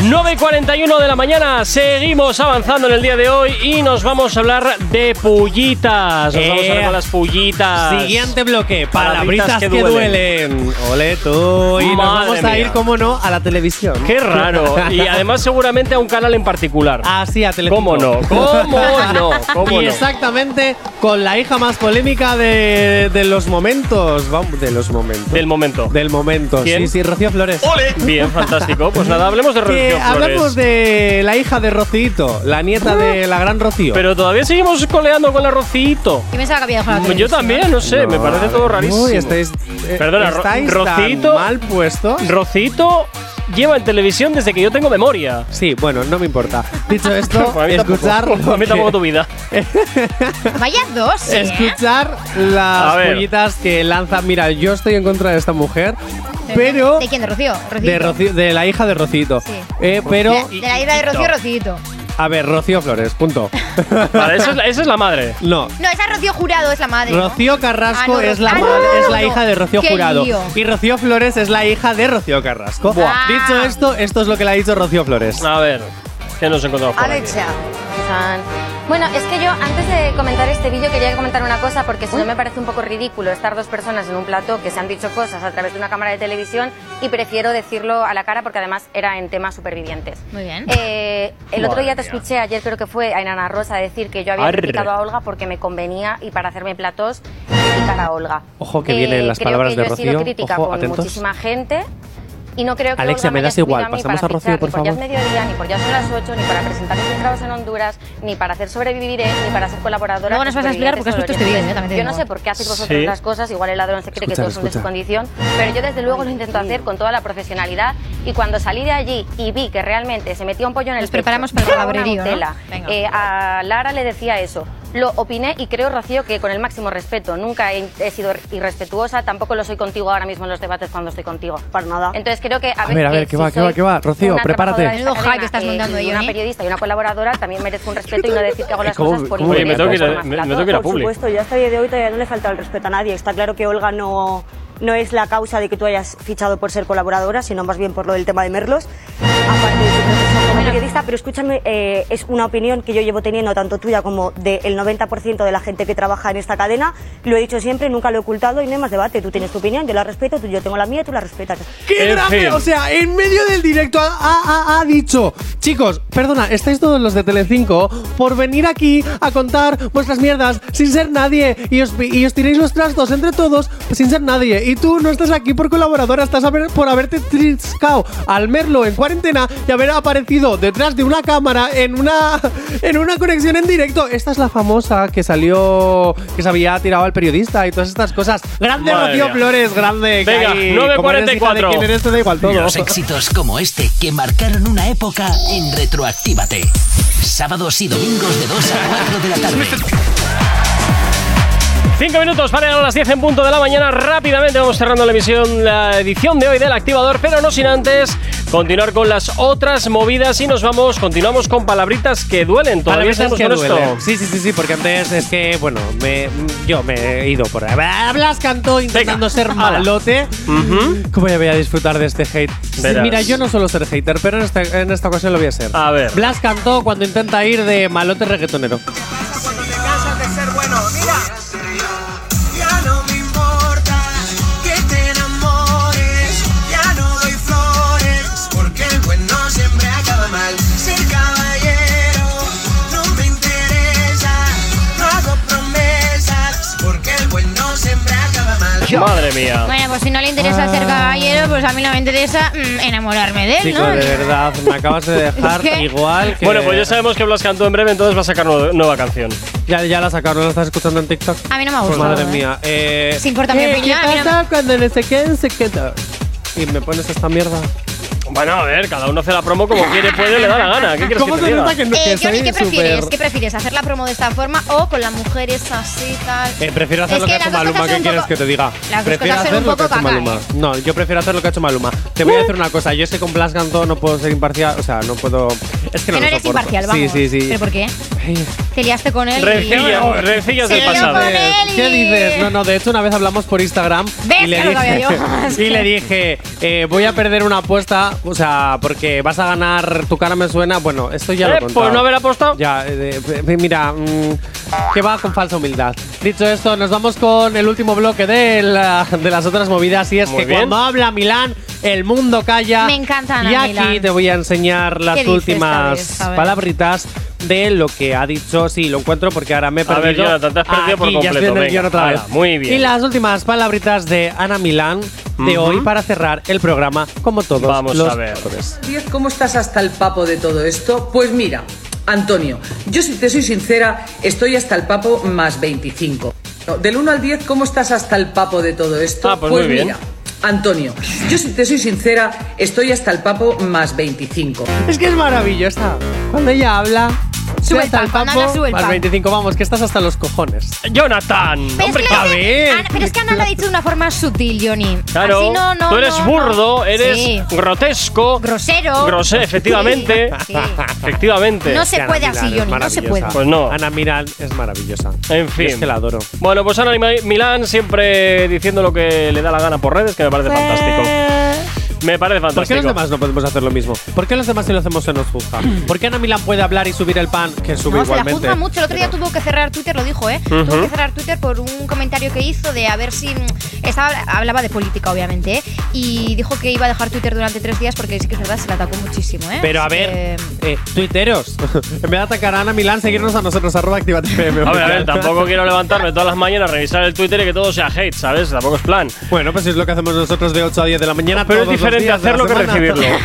B: 9 y 41 de la mañana, seguimos avanzando en el día de hoy y nos vamos a hablar de pullitas. Nos vamos a hablar
D: Eh,
B: con las pullitas.
D: Siguiente bloque,
B: Ah, Palabritas
D: palabritas
B: que
D: que duelen. Ole tú. Y
B: Madre
D: nos vamos a
B: mía.
D: ir, como no, a la televisión.
B: Qué raro. Y además seguramente a un canal en particular.
D: <laughs> Ah, sí, a Telecinco.
B: ¿Cómo
D: <laughs>
B: no? ¿Cómo no? ¿Cómo
D: y
B: no?
D: exactamente con la hija más polémica de, de los momentos. Vamos, de los momentos.
B: Del momento.
D: Del momento.
B: ¿Quién?
D: Sí, sí, Rocío Flores.
B: Bien, fantástico. Pues nada, hablemos de
D: Que
B: Rocío
D: hablamos
B: Flores.
D: de la hija de Rocito, la nieta de la gran Rocío.
B: Oh. Pero todavía seguimos coleando con la Rocito.
C: Yo pensaba que había dejado la
B: Yo
C: televisión.
B: también, no sé, me parece todo rarísimo.
D: Uy, estáis, eh,
B: Perdona, Ro-
D: estáis tan
B: Rocito.
D: mal puesto.
B: Rocito lleva en televisión desde que yo tengo memoria.
D: Sí, bueno, no me importa.
B: <laughs>
D: Dicho esto,
B: A mí tampoco.
D: escuchar lo
B: A mí tampoco
D: que-
B: tu vida.
C: Vaya dos, ¿eh?
D: escuchar
B: A
D: las
B: ver.
D: pollitas que lanza. Mira, yo estoy en contra de esta mujer, pero
C: ¿De quién? ¿De Rocío? Rocío.
D: de, Rocío- de la hija de Rocito. Eh, pero,
C: De, de la ira de Rocío, Rocito.
D: a ver, Rocío Flores, punto. <laughs>
B: Vale, esa es la, esa es la madre.
D: No.
C: No, esa Rocío Jurado es la madre. ¿no?
D: Rocío Carrasco
C: Ah, no,
D: es, la
C: Rocío.
D: madre-
C: Ah, no,
D: es la
C: no.
D: hija de Rocío
C: Qué
D: Jurado.
C: lío.
D: Y Rocío Flores es la hija de Rocío Carrasco.
C: Buah.
D: Dicho esto, esto es lo que le ha dicho Rocío Flores.
B: A ver, ¿qué nos encontramos por aquí?
M: Alexa. San. Bueno, es que yo antes de comentar este vídeo quería comentar una cosa porque si no me parece un poco ridículo estar dos personas en un plató que se han dicho cosas a través de una cámara de televisión y prefiero decirlo a la cara porque además era en temas supervivientes.
C: Muy bien.
M: Eh, el otro
C: Madre
M: día te escuché, ayer creo que fue a Inana Rosa decir que yo había
D: Arre.
M: criticado a Olga porque me convenía y para hacerme platos criticar a Olga. Eh,
D: Ojo, que vienen las
M: creo
D: palabras
M: que
D: de
M: yo He sido
D: Rocío.
M: crítica
D: Ojo,
M: con
D: atentos.
M: muchísima gente y no creo que
D: Alexia,
M: Olga
D: me das
M: haya subido
D: igual,
M: mí
D: pasamos
M: para
D: a Rocío,
M: fichar,
D: por
M: ni Ya es
D: favor.
M: mediodía, ni por ya son las 8, ni para presentar infiltrados en Honduras, ni para hacer sobreviviréis, ni para ser colaboradora.
C: Luego nos vas a explicar porque has puesto este vídeo, ¿eh? También te
M: Yo
C: digo.
M: no sé por qué hacéis vosotros
C: Sí.
M: las cosas, igual el ladrón se cree que
C: Escucha,
M: todo es de su
C: escucha.
M: condición, pero yo desde luego lo intento hacer con toda la profesionalidad y cuando salí de allí y vi que realmente se metía un pollo en el
C: Nos preparamos para el palabrerío, ¿no? Venga.
M: eh, a Lara le decía eso. Lo opiné y creo, Rocío, que con el máximo respeto. Nunca he, he sido irrespetuosa, tampoco lo soy contigo ahora mismo en los debates cuando estoy contigo. Para nada. Entonces creo
C: Eh,
M: que...
D: A ver, a ver,
M: que
D: ¿qué va,
M: si
D: qué va,
M: soy
D: qué va? Rocío,
M: una
D: prepárate.
M: trabajadora de esta
C: Menudo hype
M: cadena,
C: estás montando
M: y
C: ahí,
M: Una
C: ¿eh?
M: periodista y una colaboradora también merezco un respeto y no decir que hago las
D: ¿Cómo-
M: cosas por
D: cómo- Oye, me
M: interés,
D: tengo que ir a-
M: por formas
D: me- me
M: platos.
D: tengo que ir a
N: Por
D: Publi.
N: supuesto, yo hasta el día de hoy todavía no le falta el respeto a nadie. Está claro que Olga no, no es la causa de que tú hayas fichado por ser colaboradora, sino más bien por lo del tema de Merlos. Aparte de tu profesión como periodista, pero escúchame, eh, es una opinión que yo llevo teniendo tanto tuya como del 90% de la gente que trabaja en esta cadena. Lo he dicho siempre, nunca lo he ocultado y no hay más debate. Tú tienes tu opinión, yo la respeto, tú, yo tengo la mía, tú la respetas.
D: ¡Qué drama! O sea, en medio del directo ha, ha- ha- ha dicho, chicos, perdona, estáis todos los de Telecinco por venir aquí a contar vuestras mierdas sin ser nadie y os, y os tiréis los trastos entre todos sin ser nadie. Y tú no estás aquí por colaboradora, estás a ver- por haberte triscao al Merlo en cuarentena y haber aparecido detrás de una cámara en una, en una conexión en directo. Esta es la famosa que salió, que se había tirado al periodista y todas estas cosas. ¡Grande
A: Madre
D: Rocío
A: mía.
D: Flores! ¡Grande!
A: Venga,
D: Cari. Como eres hija de
A: 9.44.
D: quien eres, te da igual todo.
A: Los éxitos como este que marcaron una época en Retroactívate. Sábados y domingos de 2 a 4 de la tarde.
B: Cinco minutos para llegar a las 10 en punto de la mañana. Rápidamente vamos cerrando la emisión, la edición de hoy del activador, pero no sin antes continuar con las otras movidas y nos vamos, continuamos con palabritas que duelen. Todavía estamos
D: Palabritas que
B: con esto.
D: duelen. Sí, sí, sí, sí, porque antes es que, bueno, me, mm, yo me he ido por ahí. Blas cantó intentando ser malote. ¿Cómo ya voy a disfrutar de este hate? Sí,
B: Verás.
D: mira, yo no suelo ser hater, pero en esta, en esta ocasión lo voy a ser.
B: A ver.
D: Blas cantó cuando intenta ir de malote reggaetonero.
O: de ser bueno. Mira, ya no me importa que te enamores, ya no doy flores, porque el bueno siempre acaba mal. Ser caballero no me interesa, no hago promesas, porque el bueno siempre acaba mal.
B: Madre mía.
C: Bueno, pues si no le interesa
D: Ah.
C: ser caballero, pues a mí no me interesa mm, enamorarme de él,
D: Chicos,
C: ¿no? Eh,
D: de verdad, me acabas <laughs> de dejar
C: Es que-
D: igual que.
B: Bueno, pues ya sabemos que Blas cantó en breve, entonces va a sacar nue- nueva canción.
D: Ya, ya la sacaron, la estás escuchando en TikTok.
C: A mí no me ha
D: Pues
C: gustado,
D: madre
C: ¿eh?
D: mía. Eh,
C: Sí, importa mi
D: ¿qué-
C: opinión, a mí
D: ¿Qué
C: no
D: pasa cuando no se queden, se queda? Y me pones esta mierda.
B: Bueno, a ver, cada uno hace la promo como quiere, puede, le da la gana. ¿Qué quieres
D: ¿Cómo
B: que
D: se
B: te diga?
D: nota que no-
C: Eh,
D: que
C: Johnny,
D: soy
C: ¿qué prefieres?
D: súper-
C: ¿Qué prefieres? ¿Hacer la promo de esta forma o con las mujeres así, tal?
D: Eh, prefiero hacer
C: Es
D: lo que ha hecho
C: las dos
D: Maluma.
C: cosas
D: ¿Qué
C: son un
D: quieres que
C: poco-
D: te diga?
C: Las dos
D: Prefiero
C: cosas
D: hacer
C: son
D: lo
C: un
D: que ha
C: poco
D: hecho
C: caca,
D: Maluma. No, yo prefiero hacer lo que ha hecho Maluma. Te voy a decir una cosa. Yo es que con Blas Cantó no puedo ser imparcial. O sea, no puedo. Es
C: Que
D: que no
C: no
D: lo
C: eres
D: soporto.
C: imparcial,
D: Sí,
C: vamos.
D: sí, sí.
C: ¿Pero por qué? Te liaste con él.
B: Rencillas,
C: No, no.
B: rencillas
C: Se
B: del
C: lió
B: pasado.
C: con él y-
D: ¿Qué dices? No, no, de hecho una vez hablamos por Instagram
C: ¿Ves?
D: y le
C: Ya lo sabía
D: dije,
C: yo. Es
D: <laughs> y
C: que-
D: le dije eh, voy a perder una apuesta, o sea, porque vas a ganar, tu cara me suena, bueno, esto ya lo
B: Eh,
D: he
B: por
D: contado.
B: no haber apostado.
D: Ya, eh, eh, mira, mm, que va con falsa humildad. Dicho esto, nos vamos con el último bloque de, la- de las otras movidas y es
B: Muy
D: que
B: bien.
D: cuando habla Milán, el mundo calla.
C: Me encanta Ana
D: Y aquí
C: Milán.
D: te voy a enseñar las
C: dice esta
D: últimas
C: vez? A ver.
D: palabritas de lo que ha dicho. Sí, lo encuentro porque ahora me he
B: A ver,
D: perdido.
B: Jonathan, te has perdido por
D: Aquí, ya estoy
B: completo,
D: en el
B: venga,
D: guión otra vez.
B: hala, muy bien.
D: Y las últimas palabritas de Ana Milán de
B: Ujú.
D: hoy para cerrar el programa como todos
B: Vamos
D: los
B: a ver.
D: jueves.
P: Díaz, ¿cómo estás hasta el papo de todo esto? Pues mira, Antonio, yo si te soy sincera, estoy hasta el papo más 25. No, del 1 al 10, ¿cómo estás hasta el papo de todo esto?
B: Ah, pues muy bien.
P: mira, Antonio, yo si te soy sincera, estoy hasta el papo más 25.
D: Es que es maravillosa. Cuando ella habla,
P: Sube
D: sube hasta
P: el
D: el
P: pan,
D: papo,
P: Ana, sube el
D: más
P: pan.
D: 25, vamos, que estás hasta los cojones.
B: Jonathan,
C: Pero es,
B: hombre,
C: que lo
B: a
C: hace-
B: ver.
C: Ana- pero es que Ana lo ha dicho de una forma sutil, Johnny. Así
B: Claro,
C: no, no,
B: tú eres
C: no, no.
B: burdo, eres
C: Sí.
B: grotesco.
C: Grosero.
B: Grosero, efectivamente.
C: Sí,
B: Efectivamente.
C: No se
B: Es que
C: puede
B: Ana
C: así,
B: Milán es
C: Johnny, no se
B: maravillosa.
C: puede.
B: Pues no.
D: Ana Milán es maravillosa.
B: En
D: Yo
B: fin.
D: es que la adoro.
B: Bueno, pues Ana Mil- Milán siempre diciendo lo que le da la gana por redes, que me
C: Pues
B: parece fantástico. Me parece
D: ¿Por qué
B: fantástico.
D: los demás no podemos hacer lo mismo? ¿Por qué los demás si lo hacemos se nos
C: <clears throat>
D: juzga? ¿Por qué Ana Milán puede hablar y subir el pan que sube
C: No, se la
D: igualmente?
C: juzga mucho. El otro día tuvo que cerrar Twitter, lo dijo, ¿eh?
D: Ujú.
C: Tuvo que cerrar Twitter por un comentario que hizo de a ver si. mm, Estaba, hablaba de política, obviamente, ¿eh? Y dijo que iba a dejar Twitter durante tres días porque sí que es verdad, se la atacó muchísimo, ¿eh?
D: Pero a
C: Así
D: ver, eh, tuiteros, <laughs> en vez de atacar a Ana Milán, seguirnos a nosotros, arroba activate FM.
B: A ver, a ver,
D: <laughs>
B: tampoco quiero levantarme todas las mañanas, revisar el Twitter y que todo sea hate, ¿sabes? Tampoco es plan.
D: Bueno, pues es lo que hacemos nosotros de 8 a 10 de la mañana.
B: Pero es
D: todos los
B: diferente
D: días de la
B: hacerlo que
D: semana.
B: recibirlo.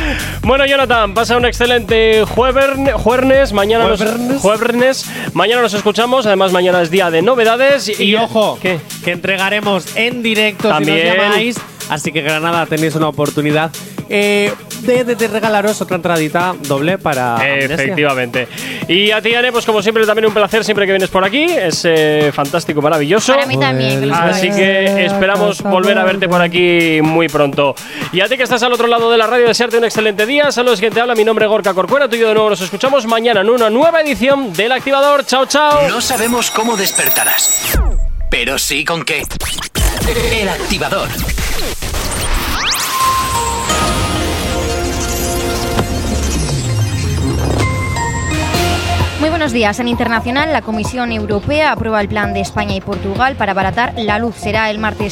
D: <laughs>
B: <laughs> Bueno, Jonathan, pasa un excelente juevern- jueves. Mañana nos,
D: ¿Juevernes?
B: juevernes. Mañana nos escuchamos. Además, mañana es día de novedades.
D: Y ojo, que entregaremos en directo si
B: También.
D: nos llamáis. Así que Granada tenéis una oportunidad eh, de, de- de regalaros otra entradita doble para. Amnesia.
B: Efectivamente. Y a ti, Ane, pues como siempre, también un placer siempre que vienes por aquí. Es eh, fantástico, maravilloso.
C: Para mí también, que lo
B: Así
C: sabes.
B: que esperamos volver a verte por aquí muy pronto. Y a ti que estás al otro lado de la radio, desearte un excelente día. Saludos, quien te habla. Mi nombre es Gorka Corcuera. Tú y yo de nuevo nos escuchamos mañana en una nueva edición del Activador. Chao, chao.
A: No sabemos cómo despertarás, pero sí con qué. El activador.
C: Muy buenos días. En internacional, la Comisión Europea aprueba el plan de España y Portugal para abaratar la luz. Será el martes.